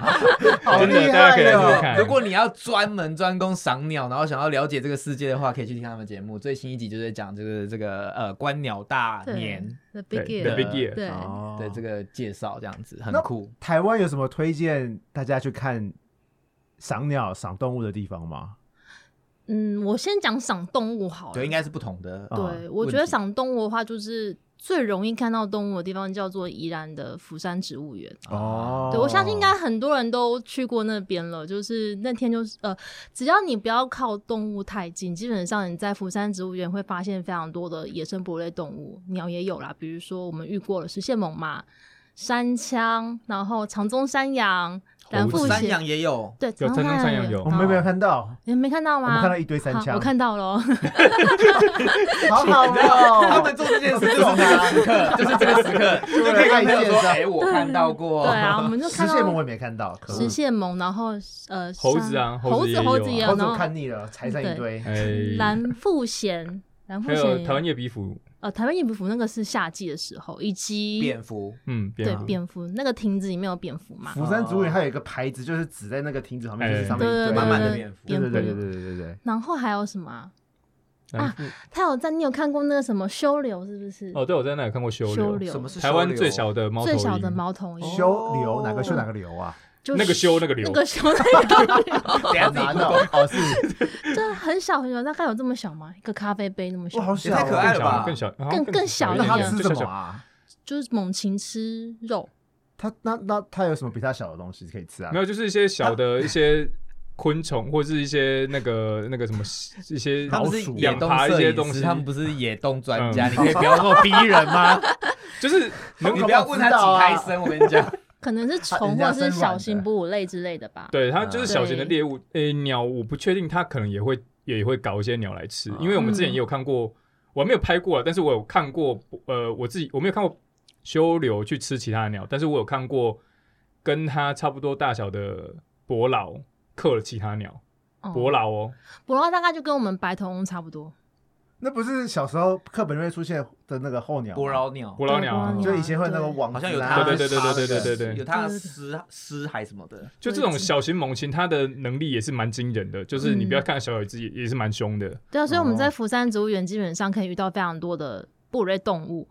[SPEAKER 2] 好
[SPEAKER 4] 哦真的
[SPEAKER 2] 厉
[SPEAKER 4] 大家
[SPEAKER 2] 害
[SPEAKER 4] 可以来听听
[SPEAKER 2] 哦！
[SPEAKER 4] 看
[SPEAKER 1] 如果你要专门专攻赏鸟，然后想要了解这个世界的话，可以去听他们节目。最新一集就是讲这个这个呃观鸟大
[SPEAKER 3] 对
[SPEAKER 1] 年
[SPEAKER 3] ，The Big
[SPEAKER 4] 对
[SPEAKER 3] Year，
[SPEAKER 4] The Big Year，
[SPEAKER 3] 对，
[SPEAKER 2] 哦
[SPEAKER 1] 的这个介绍，这样子很
[SPEAKER 2] 那
[SPEAKER 1] 酷。
[SPEAKER 2] 台湾有什么推荐大家去看赏鸟、赏动物的地方吗？
[SPEAKER 3] 嗯，我先讲赏动物好了，
[SPEAKER 1] 对，应该是不同的。
[SPEAKER 2] 啊
[SPEAKER 3] 对，我
[SPEAKER 1] 问
[SPEAKER 3] 觉得
[SPEAKER 1] 题
[SPEAKER 3] 赏动物的话，就是最容易看到动物的地方叫做宜兰的福山植物园。啊
[SPEAKER 2] 哦，
[SPEAKER 3] 对，我相信应该很多人都去过那边了。就是那天就是呃，只要你不要靠动物太近，基本上你在福山植物园会发现非常多的野生哺乳类动物，鸟也有啦，比如说我们遇过了石蟹猛嘛、山枪，然后长鬃山羊、蓝腹
[SPEAKER 4] 猴子
[SPEAKER 1] 山羊
[SPEAKER 3] 鹇，
[SPEAKER 1] 也有，
[SPEAKER 3] 对，
[SPEAKER 4] 有
[SPEAKER 3] 长鬃
[SPEAKER 4] 山鬃山羊有
[SPEAKER 2] 我哦们没有看 到，
[SPEAKER 3] 你们没看到
[SPEAKER 2] 我
[SPEAKER 3] 吗？
[SPEAKER 2] 们看到一堆山
[SPEAKER 3] 好
[SPEAKER 2] 枪，
[SPEAKER 3] 我看到了哦。
[SPEAKER 2] 好好哦。
[SPEAKER 1] 他们做这件事就是这个时刻，就是这个时刻，就可以跟朋友说：“哎，我看到过。”
[SPEAKER 3] 对啊，我们就
[SPEAKER 2] 石
[SPEAKER 3] 看
[SPEAKER 2] 蟹
[SPEAKER 3] 到
[SPEAKER 2] 萌我也没看到，可恶
[SPEAKER 3] 石蟹萌，然后呃，
[SPEAKER 4] 猴
[SPEAKER 3] 像
[SPEAKER 4] 子啊猴
[SPEAKER 3] 猴
[SPEAKER 4] 子
[SPEAKER 3] 子
[SPEAKER 4] 也
[SPEAKER 3] 猴
[SPEAKER 4] 有
[SPEAKER 3] 子
[SPEAKER 4] 啊
[SPEAKER 3] 也有，
[SPEAKER 2] 猴子
[SPEAKER 3] 然
[SPEAKER 2] 我
[SPEAKER 3] 后
[SPEAKER 2] 看腻了，柴山一堆。
[SPEAKER 4] 哎，
[SPEAKER 3] 蓝腹鹇，蓝腹
[SPEAKER 4] 还
[SPEAKER 3] 鹇
[SPEAKER 4] 有
[SPEAKER 3] 也
[SPEAKER 4] 台湾夜比蝠，
[SPEAKER 3] 呃，台湾夜不服那个是夏季的时候，以 及
[SPEAKER 2] 啊
[SPEAKER 1] 蝙蝠
[SPEAKER 4] 嗯，
[SPEAKER 3] 对
[SPEAKER 4] 蝠
[SPEAKER 3] 蝙蝠那个亭子里面有蝙蝠嘛，
[SPEAKER 2] 釜山竹园还有一个牌子，就是指在那个亭子旁边，就是上面
[SPEAKER 3] 对
[SPEAKER 2] 一
[SPEAKER 3] 对
[SPEAKER 2] 堆
[SPEAKER 1] 慢慢地
[SPEAKER 3] 对
[SPEAKER 1] 蝙蝠
[SPEAKER 2] 对对
[SPEAKER 3] 蝙
[SPEAKER 2] 对对对
[SPEAKER 3] 蝠，
[SPEAKER 2] 对对对。
[SPEAKER 3] 然后还有什么啊？
[SPEAKER 4] 蓝腹
[SPEAKER 3] 他有在你有看过那个什么修流是不是？
[SPEAKER 4] 哦，对，我在那里看过修
[SPEAKER 3] 修
[SPEAKER 4] 流，
[SPEAKER 3] 流
[SPEAKER 1] 什么是
[SPEAKER 4] 台湾
[SPEAKER 1] 收留
[SPEAKER 4] 最小的猫头
[SPEAKER 3] 最
[SPEAKER 4] 鹰，
[SPEAKER 3] 小的猫头鹰，
[SPEAKER 2] 修流哪个修哪个流啊？
[SPEAKER 3] 就
[SPEAKER 4] 那个
[SPEAKER 3] 是
[SPEAKER 4] 修那个流
[SPEAKER 3] 那，个修那个 流，
[SPEAKER 1] 等一下
[SPEAKER 2] 好
[SPEAKER 1] 自己
[SPEAKER 2] 难
[SPEAKER 1] Google
[SPEAKER 2] 哦，哦是，
[SPEAKER 3] 这很小很小，大概有这么小吗？一个咖啡杯那么小
[SPEAKER 2] 哇，，好
[SPEAKER 1] 也
[SPEAKER 2] 小哦，
[SPEAKER 1] 太可爱了吧
[SPEAKER 4] 更小，好像
[SPEAKER 3] 更更小
[SPEAKER 4] 一
[SPEAKER 2] 那
[SPEAKER 4] 点
[SPEAKER 2] 它
[SPEAKER 4] 点
[SPEAKER 2] 吃
[SPEAKER 4] 就
[SPEAKER 2] 什
[SPEAKER 4] 小
[SPEAKER 2] 么
[SPEAKER 4] 小
[SPEAKER 2] 啊？
[SPEAKER 3] 就是猛禽吃肉，
[SPEAKER 2] 它那那它有什么比它小的东西可以吃啊
[SPEAKER 4] 没？有，就是一些小的一些昆虫，或是一些那个那个什么一 些
[SPEAKER 1] 他们是野
[SPEAKER 4] 养
[SPEAKER 1] 动
[SPEAKER 4] 爬一
[SPEAKER 1] 摄
[SPEAKER 4] 些
[SPEAKER 1] 影
[SPEAKER 4] 东
[SPEAKER 1] 师，
[SPEAKER 4] 西，
[SPEAKER 1] 他们不是野动专家，
[SPEAKER 4] 嗯
[SPEAKER 1] 你 可以不要那么逼人吗？
[SPEAKER 4] 就是能
[SPEAKER 1] 你不要问他几开声，我跟你 讲，
[SPEAKER 3] 可能是虫
[SPEAKER 2] 人
[SPEAKER 3] 或
[SPEAKER 2] 家
[SPEAKER 3] 者是
[SPEAKER 2] 生
[SPEAKER 3] 小
[SPEAKER 2] 卵
[SPEAKER 3] 型
[SPEAKER 2] 的
[SPEAKER 3] 哺乳类之类的吧。
[SPEAKER 4] 对它就是小型的
[SPEAKER 3] 对
[SPEAKER 4] 猎物，诶，鸟我不确定它可能也会也会搞一些鸟来吃，因为我们
[SPEAKER 3] 嗯
[SPEAKER 4] 之前也有看过，我还没有拍过啊，但是我有看过，呃，我自己我没有看过修流去吃其他的鸟，但是我有看过跟它差不多大小的伯劳克了其他鸟，
[SPEAKER 3] 哦，
[SPEAKER 4] 伯劳哦，
[SPEAKER 3] 伯劳大概就跟我们白头翁差不多，
[SPEAKER 2] 那不是小时候课本里面出现的那个候鸟吗，
[SPEAKER 1] 伯劳鸟
[SPEAKER 4] 伯劳鸟啊
[SPEAKER 3] 哦伯劳鸟
[SPEAKER 2] 就以前会那个网子
[SPEAKER 1] 好
[SPEAKER 2] 啊，
[SPEAKER 1] 像有
[SPEAKER 4] 它
[SPEAKER 1] 他，
[SPEAKER 4] 对对对对对对对对
[SPEAKER 1] 有他的诗诗还什么的，
[SPEAKER 4] 就这种小型猛禽，它的能力也是蛮惊人的。就是你不
[SPEAKER 3] 嗯
[SPEAKER 4] 要看小有一只，也也是蛮凶的。
[SPEAKER 3] 对啊，所以我们
[SPEAKER 2] 哦
[SPEAKER 3] 在福山植物园基本上可以遇到非常多的哺乳类动物。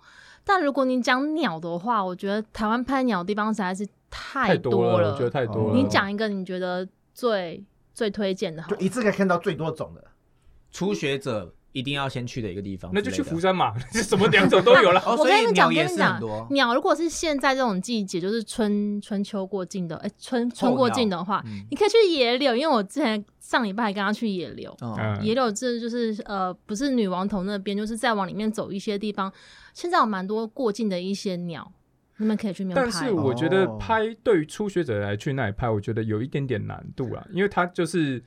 [SPEAKER 3] 但如果你讲鸟的话，我觉得台湾拍鸟的地方实在是太
[SPEAKER 4] 多
[SPEAKER 3] 了。
[SPEAKER 4] 我觉得太多了。
[SPEAKER 3] 你讲一个你觉得最最推荐的好
[SPEAKER 2] 就
[SPEAKER 3] 了，
[SPEAKER 2] 一次可以看到最多种的。
[SPEAKER 1] 初学者一定要先去的一个地方之
[SPEAKER 4] 那
[SPEAKER 1] 类的，
[SPEAKER 4] 就去福山嘛， 这什么两种都 有了。
[SPEAKER 1] 哦，
[SPEAKER 3] 我
[SPEAKER 1] 所
[SPEAKER 3] 跟你
[SPEAKER 1] 以
[SPEAKER 3] 们讲，
[SPEAKER 1] 鸟
[SPEAKER 3] 我跟
[SPEAKER 1] 也
[SPEAKER 3] 你
[SPEAKER 1] 是
[SPEAKER 3] 讲
[SPEAKER 1] 很多，。
[SPEAKER 3] 鸟如果是现在这种季节，就是春春秋过境的，哎、春春
[SPEAKER 1] 候
[SPEAKER 3] 过
[SPEAKER 1] 哦鸟
[SPEAKER 3] 境的话，
[SPEAKER 1] 嗯
[SPEAKER 3] 你可以去野柳，因为我之前上礼拜还跟他去野柳，
[SPEAKER 1] 嗯，
[SPEAKER 4] 嗯，
[SPEAKER 3] 哦野柳这就是呃，不是女王头那边，就是再往里面走一些地方，现在有蛮多过境的一些鸟，你们可以去那边
[SPEAKER 4] 但
[SPEAKER 3] 拍
[SPEAKER 4] 是。我觉得
[SPEAKER 2] 哦
[SPEAKER 4] 拍对于初学者来去那里拍，我觉得有一点点难度啊，因为它就是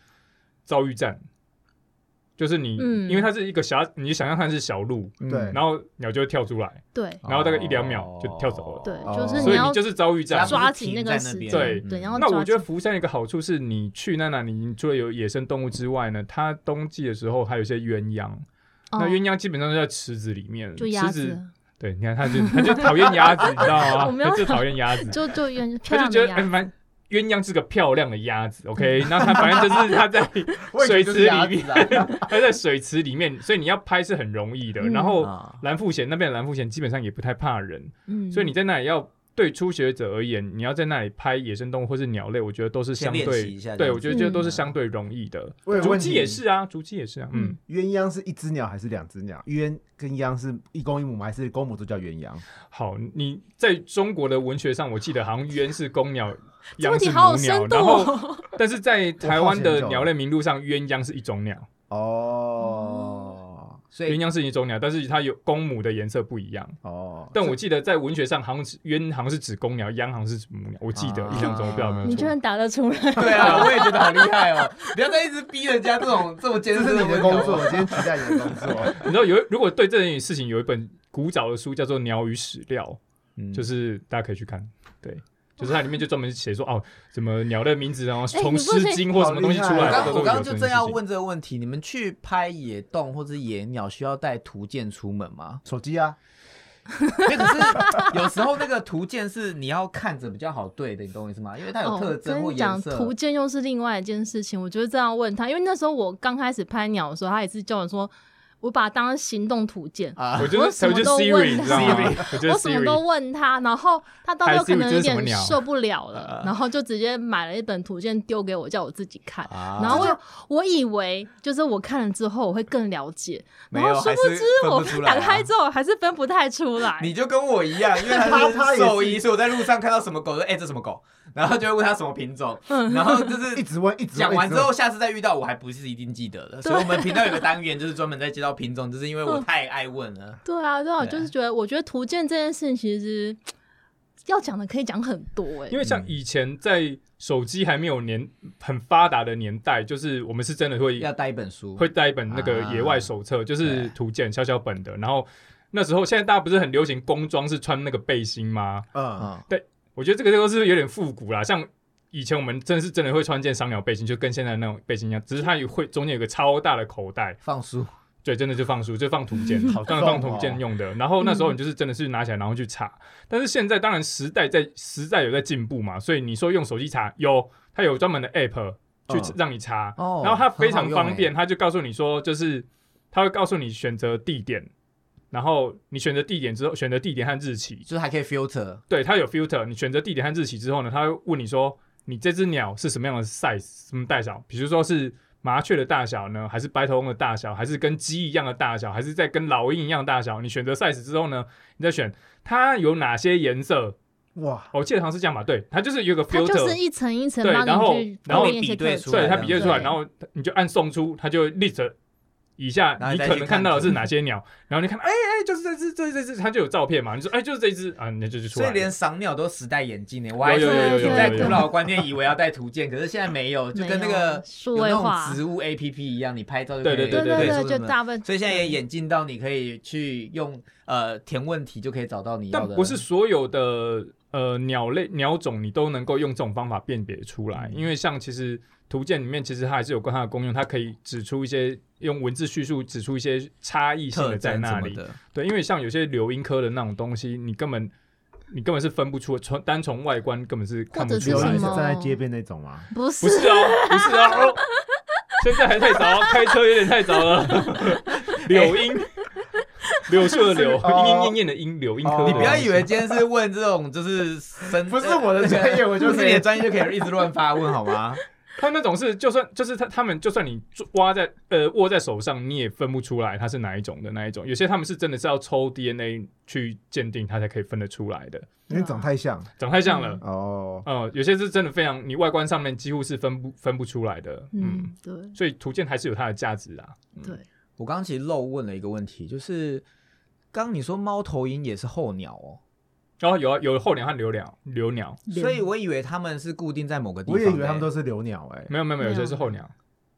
[SPEAKER 4] 遭遇战，就是你，
[SPEAKER 3] 嗯
[SPEAKER 4] 因为它是一个狭，你想象它是小路，
[SPEAKER 1] 嗯
[SPEAKER 2] 对
[SPEAKER 4] 然后鸟就会跳出来，
[SPEAKER 3] 对
[SPEAKER 4] 然后大概一两秒就跳走了
[SPEAKER 3] 对，
[SPEAKER 2] 哦
[SPEAKER 3] 就是
[SPEAKER 4] 所以
[SPEAKER 3] 要
[SPEAKER 4] 你就是遭遇
[SPEAKER 1] 它
[SPEAKER 4] 战
[SPEAKER 1] 不。是
[SPEAKER 3] 抓紧那
[SPEAKER 1] 停
[SPEAKER 3] 个
[SPEAKER 1] 在
[SPEAKER 3] 时
[SPEAKER 1] 那
[SPEAKER 3] 间，
[SPEAKER 1] 边
[SPEAKER 4] 对
[SPEAKER 3] 对，
[SPEAKER 1] 嗯
[SPEAKER 3] 然后
[SPEAKER 4] 那
[SPEAKER 3] 抓
[SPEAKER 4] 我觉得
[SPEAKER 3] 紧
[SPEAKER 4] 福山有一个好处是，你去那那里，你除了有野生动物之外呢，它冬季的时候还有一些鸳鸯，那
[SPEAKER 3] 哦
[SPEAKER 4] 鸳鸯基本上都在池子里面，
[SPEAKER 3] 就鸭
[SPEAKER 4] 池
[SPEAKER 3] 子
[SPEAKER 4] 子，，对，你看他就他就讨厌鸭子，你知道 吗？
[SPEAKER 3] 我没有
[SPEAKER 4] 他就讨厌鸭子，
[SPEAKER 3] 就就鸳漂
[SPEAKER 4] 他
[SPEAKER 3] 亮
[SPEAKER 4] 就觉
[SPEAKER 3] 的
[SPEAKER 4] 得哎，
[SPEAKER 3] 鸭，
[SPEAKER 4] 蛮、鸳鸯是个漂亮的鸭子，OK，那他反正就是他在
[SPEAKER 2] 我以前
[SPEAKER 4] 水
[SPEAKER 2] 就
[SPEAKER 4] 池
[SPEAKER 2] 是鸭
[SPEAKER 4] 里面，
[SPEAKER 2] 子啊，
[SPEAKER 4] 他在水池里面，所以你要拍是很容易的。
[SPEAKER 3] 嗯
[SPEAKER 4] 然后
[SPEAKER 1] 啊
[SPEAKER 4] 蓝腹鹇那边的蓝腹鹇基本上也不太怕人，
[SPEAKER 3] 嗯，
[SPEAKER 4] 所以你在那里要对初学者而言，你要在那里拍野生动物或是鸟类，我觉得都是相
[SPEAKER 1] 先练习
[SPEAKER 4] 对
[SPEAKER 1] 一下，这
[SPEAKER 4] 对
[SPEAKER 1] 样
[SPEAKER 4] 我觉得
[SPEAKER 3] 子
[SPEAKER 4] 这都是
[SPEAKER 1] 嗯
[SPEAKER 4] 相对容易的。
[SPEAKER 2] 我有
[SPEAKER 4] 竹
[SPEAKER 2] 问
[SPEAKER 4] 鸡
[SPEAKER 2] 题
[SPEAKER 4] 也是啊，竹鸡也是啊，嗯
[SPEAKER 3] 嗯，
[SPEAKER 2] 鸳鸯是一只鸟还是两只鸟？鸳跟鸯是一公一母吗？还是公母都叫鸳鸯？
[SPEAKER 4] 好，你在中国的文学上，我记得好像鸳是公鸟，
[SPEAKER 3] 这问
[SPEAKER 4] 鸯
[SPEAKER 3] 题
[SPEAKER 4] 是
[SPEAKER 3] 好有
[SPEAKER 4] 母鸟，
[SPEAKER 3] 深度
[SPEAKER 4] 然后
[SPEAKER 3] 哦。
[SPEAKER 4] 但是在台湾
[SPEAKER 2] 我好奇很
[SPEAKER 4] 的
[SPEAKER 2] 久了
[SPEAKER 4] 鸟类名录上，鸳鸯是一种鸟，
[SPEAKER 2] 哦
[SPEAKER 1] 所
[SPEAKER 4] 鸳
[SPEAKER 1] 以
[SPEAKER 4] 鸯是一种鸟，但是它有公母的颜色不一样。
[SPEAKER 2] 哦，
[SPEAKER 4] 但我记得在文学上，好像是鸳好像是指公鸟，鸯好像是指母鸟，我记得
[SPEAKER 1] 啊
[SPEAKER 4] 印象中我不知道有没 有
[SPEAKER 3] 你居
[SPEAKER 4] 错。
[SPEAKER 3] 然答得出来？
[SPEAKER 1] 对啊，我也觉得好厉害哦！不要再一直逼人家这种 这么艰
[SPEAKER 2] 这
[SPEAKER 1] 深
[SPEAKER 2] 是你的
[SPEAKER 1] 问
[SPEAKER 2] 工
[SPEAKER 1] 题
[SPEAKER 2] 作，我今天期待你的工作。
[SPEAKER 4] 你知道有如果对这件事情有一本古早的书叫做《鸟与史料》，
[SPEAKER 1] 嗯
[SPEAKER 4] 就是大家可以去看，对。就是它里面就专门写说哦，什么鸟的名字，然后
[SPEAKER 3] 哎你
[SPEAKER 4] 从
[SPEAKER 3] 不
[SPEAKER 4] 《
[SPEAKER 3] 是
[SPEAKER 4] 诗经》或什么东西出
[SPEAKER 1] 我
[SPEAKER 4] 来，
[SPEAKER 1] 刚
[SPEAKER 4] 都
[SPEAKER 1] 我
[SPEAKER 4] 有
[SPEAKER 1] 刚刚就
[SPEAKER 4] 这件
[SPEAKER 1] 正要
[SPEAKER 4] 事情
[SPEAKER 1] 问这个问题，你们去拍野洞或者野鸟需要带图鉴出门 吗？
[SPEAKER 2] 手机啊，
[SPEAKER 1] 因为可是有时候那个图鉴是你要看着比较好对的，你懂我意思吗？因为它有特
[SPEAKER 3] 哦，
[SPEAKER 1] 征
[SPEAKER 3] 跟
[SPEAKER 1] 或
[SPEAKER 3] 你讲，
[SPEAKER 1] 颜色。
[SPEAKER 3] 图鉴又是另外一件事情。我觉得这样问他，因为那时候我刚开始拍鸟的时候，他也是叫我说，我把它当行动图鉴，
[SPEAKER 1] 啊
[SPEAKER 4] 我觉得
[SPEAKER 3] 我什么
[SPEAKER 4] 我觉得
[SPEAKER 3] 都
[SPEAKER 4] Siri，
[SPEAKER 3] 问
[SPEAKER 4] 你知道吗
[SPEAKER 1] Siri
[SPEAKER 4] 我 觉得
[SPEAKER 3] 我什么都
[SPEAKER 4] Siri，
[SPEAKER 3] 问他，然后他到最后可能有点
[SPEAKER 4] 啊
[SPEAKER 3] 受不了
[SPEAKER 1] 还是你这是
[SPEAKER 4] 呃
[SPEAKER 1] 什么鸟
[SPEAKER 3] 了，然后就直接买了一本图鉴丢给我，叫我自己看。
[SPEAKER 1] 啊
[SPEAKER 3] 然后我我以为就是我看了之后我会更了解，
[SPEAKER 1] 没
[SPEAKER 3] 然
[SPEAKER 1] 有
[SPEAKER 3] 后殊不
[SPEAKER 1] 还是
[SPEAKER 3] 知
[SPEAKER 1] 分不
[SPEAKER 3] 我
[SPEAKER 1] 出来啊
[SPEAKER 3] 打开之后还是分不太出来。
[SPEAKER 1] 你就跟我一样，因为
[SPEAKER 2] 他他
[SPEAKER 1] 他
[SPEAKER 2] 也
[SPEAKER 1] 是
[SPEAKER 2] 是
[SPEAKER 1] 兽医，所以我在路上看到什么狗，就哎、这什么狗，然后就会问他什么品种，
[SPEAKER 3] 嗯
[SPEAKER 1] 然后就
[SPEAKER 2] 一
[SPEAKER 1] 是。
[SPEAKER 2] 直问，一直问
[SPEAKER 1] 讲完之，
[SPEAKER 2] 一
[SPEAKER 1] 后，下次再遇到我还不是一定记得的，所以我们频道有个单元就是专门在介绍品种，就是因为 我太爱问了。
[SPEAKER 3] 对啊，对啊，
[SPEAKER 1] 对
[SPEAKER 3] 就是觉得我觉得图鉴这件事情其实要讲的可以讲很多哎、
[SPEAKER 4] 因为像以前在手机还没有年很发达的年代，就是我们是真的会
[SPEAKER 1] 要带一本书，
[SPEAKER 4] 会带一本那个野外手册，就是图鉴小小本的。然后那时候现在大家不是很流行工装是穿那个背心吗？
[SPEAKER 2] 直问嗯，
[SPEAKER 1] 嗯，
[SPEAKER 4] 我觉得这个都是有点复古啦，像。以前我们真的是真的会穿件赏鸟背心，就跟现在那种背心一样，只是它也会中间有个超大的口袋，
[SPEAKER 1] 放书。
[SPEAKER 4] 对，真的就放书，就放图鉴，
[SPEAKER 2] 好
[SPEAKER 4] 当然
[SPEAKER 2] 重
[SPEAKER 4] 放图鉴
[SPEAKER 2] 哦
[SPEAKER 4] 用的。然后那时候你就是真的是拿起来然后去查，但是现在当然时代在时代有在进步嘛，所以你说用手机查有，它有专门的 app 去
[SPEAKER 2] 嗯
[SPEAKER 4] 让你查，
[SPEAKER 1] 哦
[SPEAKER 4] 然后它非常
[SPEAKER 1] 很好用欸哦
[SPEAKER 4] 方便，它就告诉你说就是它会告诉你选择地点，然后你选择地点之后选择地点和日期，
[SPEAKER 1] 就是还可以 filter，
[SPEAKER 4] 对，它有 filter，你选择地点和日期之后呢，它会问你说你这只鸟是什么样的 size，什么大小，比如说是麻雀的大小呢，还是白头翁的大小，还是跟鸡一样的大小，还是在跟老鹰一样的大小？你选择 size 之后呢，你再选它有哪些颜色。哦
[SPEAKER 2] 哇，
[SPEAKER 4] 我记得好像是这样吧？对，它就是有一个
[SPEAKER 3] 它
[SPEAKER 4] filter，
[SPEAKER 3] 就是一层一层
[SPEAKER 4] 对
[SPEAKER 3] 帮
[SPEAKER 4] 然后
[SPEAKER 3] 你去
[SPEAKER 4] 然后
[SPEAKER 3] 辨一些
[SPEAKER 1] 比对
[SPEAKER 3] 特
[SPEAKER 1] 出
[SPEAKER 3] 征
[SPEAKER 1] 来
[SPEAKER 4] 对，它
[SPEAKER 1] 的
[SPEAKER 4] 比对出来，
[SPEAKER 3] 对
[SPEAKER 4] 然后你就按送出，它就 list 以下
[SPEAKER 1] 然后
[SPEAKER 4] 你
[SPEAKER 1] 再
[SPEAKER 4] 可
[SPEAKER 1] 去
[SPEAKER 4] 能
[SPEAKER 1] 看
[SPEAKER 4] 看到的
[SPEAKER 1] 图
[SPEAKER 4] 是哪些鸟，然后你看，哎哎，就是这只，这只这只，它就有照片嘛。你说，哎，就是这只啊，你就就出
[SPEAKER 1] 所
[SPEAKER 4] 来了。
[SPEAKER 1] 以连赏鸟都时代眼镜呢。我还
[SPEAKER 4] 有有
[SPEAKER 3] 有有有
[SPEAKER 1] 停在
[SPEAKER 3] 有
[SPEAKER 1] 古
[SPEAKER 3] 有
[SPEAKER 1] 老的观念，以为要带图鉴，可是现在没 有，就跟那
[SPEAKER 3] 没
[SPEAKER 1] 个
[SPEAKER 3] 有啊数
[SPEAKER 1] 有
[SPEAKER 3] 位
[SPEAKER 1] 那
[SPEAKER 3] 化
[SPEAKER 1] 种植物 A P P 一样，你拍照就可以
[SPEAKER 4] 对
[SPEAKER 3] 对
[SPEAKER 4] 对对
[SPEAKER 3] 对，
[SPEAKER 1] 说什
[SPEAKER 3] 就
[SPEAKER 1] 么
[SPEAKER 3] 大部分。
[SPEAKER 1] 所以现在也演进到你可以去用呃填问题就可以找到你要
[SPEAKER 4] 但
[SPEAKER 1] 的。
[SPEAKER 4] 不是所有的呃鸟类鸟种你都能够用这种方法辨别出来，
[SPEAKER 1] 嗯
[SPEAKER 4] 因为像其实图鉴里面其实它还是有跟它的功用，它可以指出一些用文字叙述指出一些差异性
[SPEAKER 1] 特
[SPEAKER 4] 的在
[SPEAKER 1] 征
[SPEAKER 4] 那
[SPEAKER 1] 什么
[SPEAKER 4] 里。
[SPEAKER 1] 的，
[SPEAKER 4] 对，因为像有些柳莺科的那种东西，你根本你根本是分不出，从单从外观根本是看不
[SPEAKER 3] 或者
[SPEAKER 4] 出
[SPEAKER 3] 是
[SPEAKER 2] 有
[SPEAKER 4] 来
[SPEAKER 2] 人
[SPEAKER 3] 什
[SPEAKER 2] 是
[SPEAKER 4] 的。
[SPEAKER 3] 么
[SPEAKER 2] 站在街边那种吗？
[SPEAKER 3] 不
[SPEAKER 4] 不
[SPEAKER 3] 是
[SPEAKER 4] 是哦，不是哦，哦现在还太早，啊开车有点太 早了。柳莺，
[SPEAKER 1] 哎
[SPEAKER 4] 柳 树的柳，
[SPEAKER 2] 哦
[SPEAKER 4] 莺莺燕燕的莺，柳莺科
[SPEAKER 2] 哦
[SPEAKER 1] 你
[SPEAKER 4] 的。
[SPEAKER 1] 不要以为今天是问这种就是生，呃
[SPEAKER 2] 不是我的专业我就
[SPEAKER 1] 不
[SPEAKER 2] 可
[SPEAKER 1] 是
[SPEAKER 2] 以
[SPEAKER 1] 你的专业就可以一直乱发问好吗？
[SPEAKER 4] 他那种是，就算就是他他们，就算你抓挖在呃握在手上，你也分不出来它是哪一种的那一种。有些他们是真的是要抽 DNA 去鉴定，它才可以分得出来的。
[SPEAKER 2] 因为长太像
[SPEAKER 4] 长太像了，
[SPEAKER 2] 哦。
[SPEAKER 4] 嗯、有些是真的非常，你外观上面几乎是分不分不出来的。嗯，
[SPEAKER 3] 嗯，对
[SPEAKER 4] 所以图鉴还是有它的价值啊。
[SPEAKER 3] 对，
[SPEAKER 1] 我刚刚其实漏问了一个问题，就是刚刚你说猫头鹰也是候鸟哦，
[SPEAKER 4] 然后有啊有候鸟和留鸟，留鸟
[SPEAKER 1] 所以我以为它们是固定在某个地方
[SPEAKER 2] 我
[SPEAKER 1] 的
[SPEAKER 2] 也
[SPEAKER 1] 欸，
[SPEAKER 2] 以为他们都是留鸟哎，
[SPEAKER 4] 没有没有没有，有些是候鸟。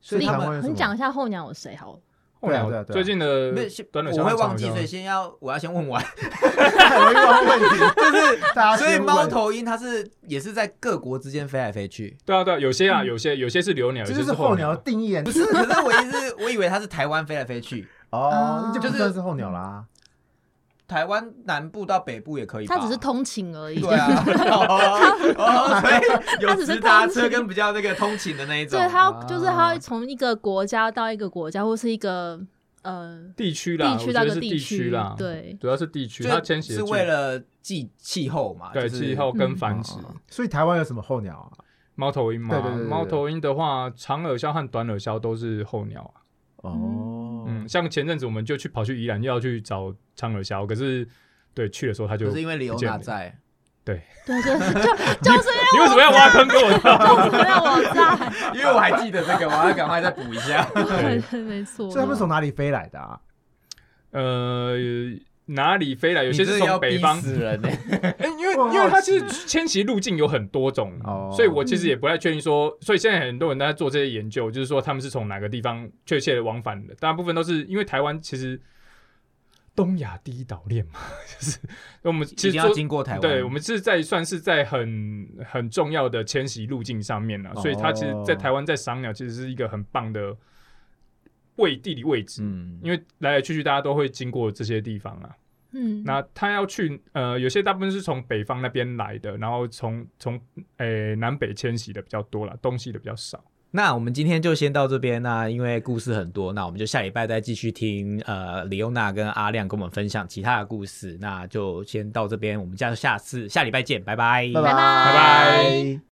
[SPEAKER 1] 所以
[SPEAKER 3] 你
[SPEAKER 1] 他
[SPEAKER 2] 台湾
[SPEAKER 1] 们
[SPEAKER 2] 有什么
[SPEAKER 3] 你讲一下候鸟有谁好了？
[SPEAKER 4] 候
[SPEAKER 2] 对啊
[SPEAKER 4] 鸟
[SPEAKER 2] 对啊对啊
[SPEAKER 4] 最近的
[SPEAKER 1] 没有先
[SPEAKER 4] 短腿
[SPEAKER 1] 我
[SPEAKER 4] 小
[SPEAKER 1] 会
[SPEAKER 4] 鸟
[SPEAKER 1] 忘记，
[SPEAKER 4] 长
[SPEAKER 1] 所
[SPEAKER 4] 得
[SPEAKER 1] 以先要我要先问 完。
[SPEAKER 2] 很容易问问题，就是大家
[SPEAKER 1] 所以
[SPEAKER 2] 先问
[SPEAKER 1] 猫，头鹰它是也是在各国之间飞来飞 去，
[SPEAKER 4] 对啊对啊，有些啊有些有些是留鸟，
[SPEAKER 2] 这
[SPEAKER 4] 有
[SPEAKER 2] 就
[SPEAKER 4] 些
[SPEAKER 2] 是候
[SPEAKER 4] 候
[SPEAKER 2] 鸟的定义
[SPEAKER 1] 不是？可是我一直我以为它是台湾飞来飞去，
[SPEAKER 2] 哦，那就
[SPEAKER 1] 就
[SPEAKER 2] 不
[SPEAKER 1] 是
[SPEAKER 2] 算是候鸟啦。哦
[SPEAKER 1] 台湾南部到北部也可以吧。
[SPEAKER 3] 它只是通勤而已。
[SPEAKER 1] 对啊，哦，哦所以
[SPEAKER 3] 它
[SPEAKER 1] 有
[SPEAKER 3] 只是
[SPEAKER 1] 直达
[SPEAKER 3] 通勤
[SPEAKER 1] 车跟比
[SPEAKER 4] 啊
[SPEAKER 1] 较那个通勤的那一种。
[SPEAKER 3] 对，它要就是它会从一个国家到一个国家，或是一个呃
[SPEAKER 4] 地区啦，
[SPEAKER 3] 地区
[SPEAKER 4] 我觉
[SPEAKER 3] 到
[SPEAKER 4] 得
[SPEAKER 3] 个
[SPEAKER 4] 是地
[SPEAKER 3] 区
[SPEAKER 4] 啦，，
[SPEAKER 3] 对，
[SPEAKER 4] 主要是地区，
[SPEAKER 1] 就
[SPEAKER 4] 它迁徙的
[SPEAKER 1] 是
[SPEAKER 4] 距
[SPEAKER 1] 为了气气候嘛，就
[SPEAKER 4] 对
[SPEAKER 1] 是
[SPEAKER 4] 气候跟
[SPEAKER 3] 嗯
[SPEAKER 4] 繁殖。
[SPEAKER 1] 哦
[SPEAKER 2] 所以台湾有什么候鸟啊？
[SPEAKER 4] 猫头鹰嘛，
[SPEAKER 2] 对对对对对
[SPEAKER 4] 猫头鹰的话，长耳鸮和短耳鸮都是候鸟啊。
[SPEAKER 2] 哦，
[SPEAKER 4] 嗯，像前阵子我们就去跑去宜兰，要去找长耳鸮，可是对去的时候它就
[SPEAKER 1] 就是因为李欧
[SPEAKER 4] 不见
[SPEAKER 1] 娜
[SPEAKER 4] 了
[SPEAKER 1] 在，
[SPEAKER 3] 对对， 就就是
[SPEAKER 4] 你为什么要挖坑给我跳？
[SPEAKER 3] 为什么要我在？
[SPEAKER 1] 因为我还记得这个，我要赶快再补一下。
[SPEAKER 4] 对
[SPEAKER 3] 对，没错。
[SPEAKER 2] 所以他们从哪里飞来的啊？
[SPEAKER 4] 呃，哪里飞 来？有些
[SPEAKER 1] 你
[SPEAKER 4] 是
[SPEAKER 1] 这个要
[SPEAKER 4] 从北
[SPEAKER 1] 逼
[SPEAKER 4] 方，
[SPEAKER 1] 死人呢、
[SPEAKER 4] 哎因为
[SPEAKER 2] 我很
[SPEAKER 4] 因为
[SPEAKER 2] 好
[SPEAKER 4] 它其实 迁徙路径有很多种
[SPEAKER 2] 哦，
[SPEAKER 4] 所以我其实也不太确定说，所以现在很多人都在做这些研究，就是说他们是从哪个地方确切的往返的，大部分都是因为台湾其实东亚第一岛链嘛， 就是我们 其
[SPEAKER 1] 一定
[SPEAKER 4] 实
[SPEAKER 1] 要
[SPEAKER 4] 做
[SPEAKER 1] 经过台湾，
[SPEAKER 4] 对，我们是在算是在很很重要的迁徙路径上面了，啊
[SPEAKER 1] 哦
[SPEAKER 4] 所以它其实，在台湾在赏鸟其实是一个很棒的位地理位置，
[SPEAKER 1] 嗯，
[SPEAKER 4] 因为来来去去大家都会经过这些地方啊。
[SPEAKER 3] 嗯，
[SPEAKER 4] 那他要去呃，有些大部分是从北方那边来的，然后从从诶南北迁徙的比较多啦，东西的比较少。
[SPEAKER 1] 那我们今天就先到这边。那因为故事很多，那我们就下礼拜再继续听呃李欧娜跟阿亮跟我们分享其他的故事。那就先到这边，我们下下次下礼拜见，拜拜
[SPEAKER 2] 拜
[SPEAKER 3] 拜
[SPEAKER 4] 拜
[SPEAKER 2] 拜。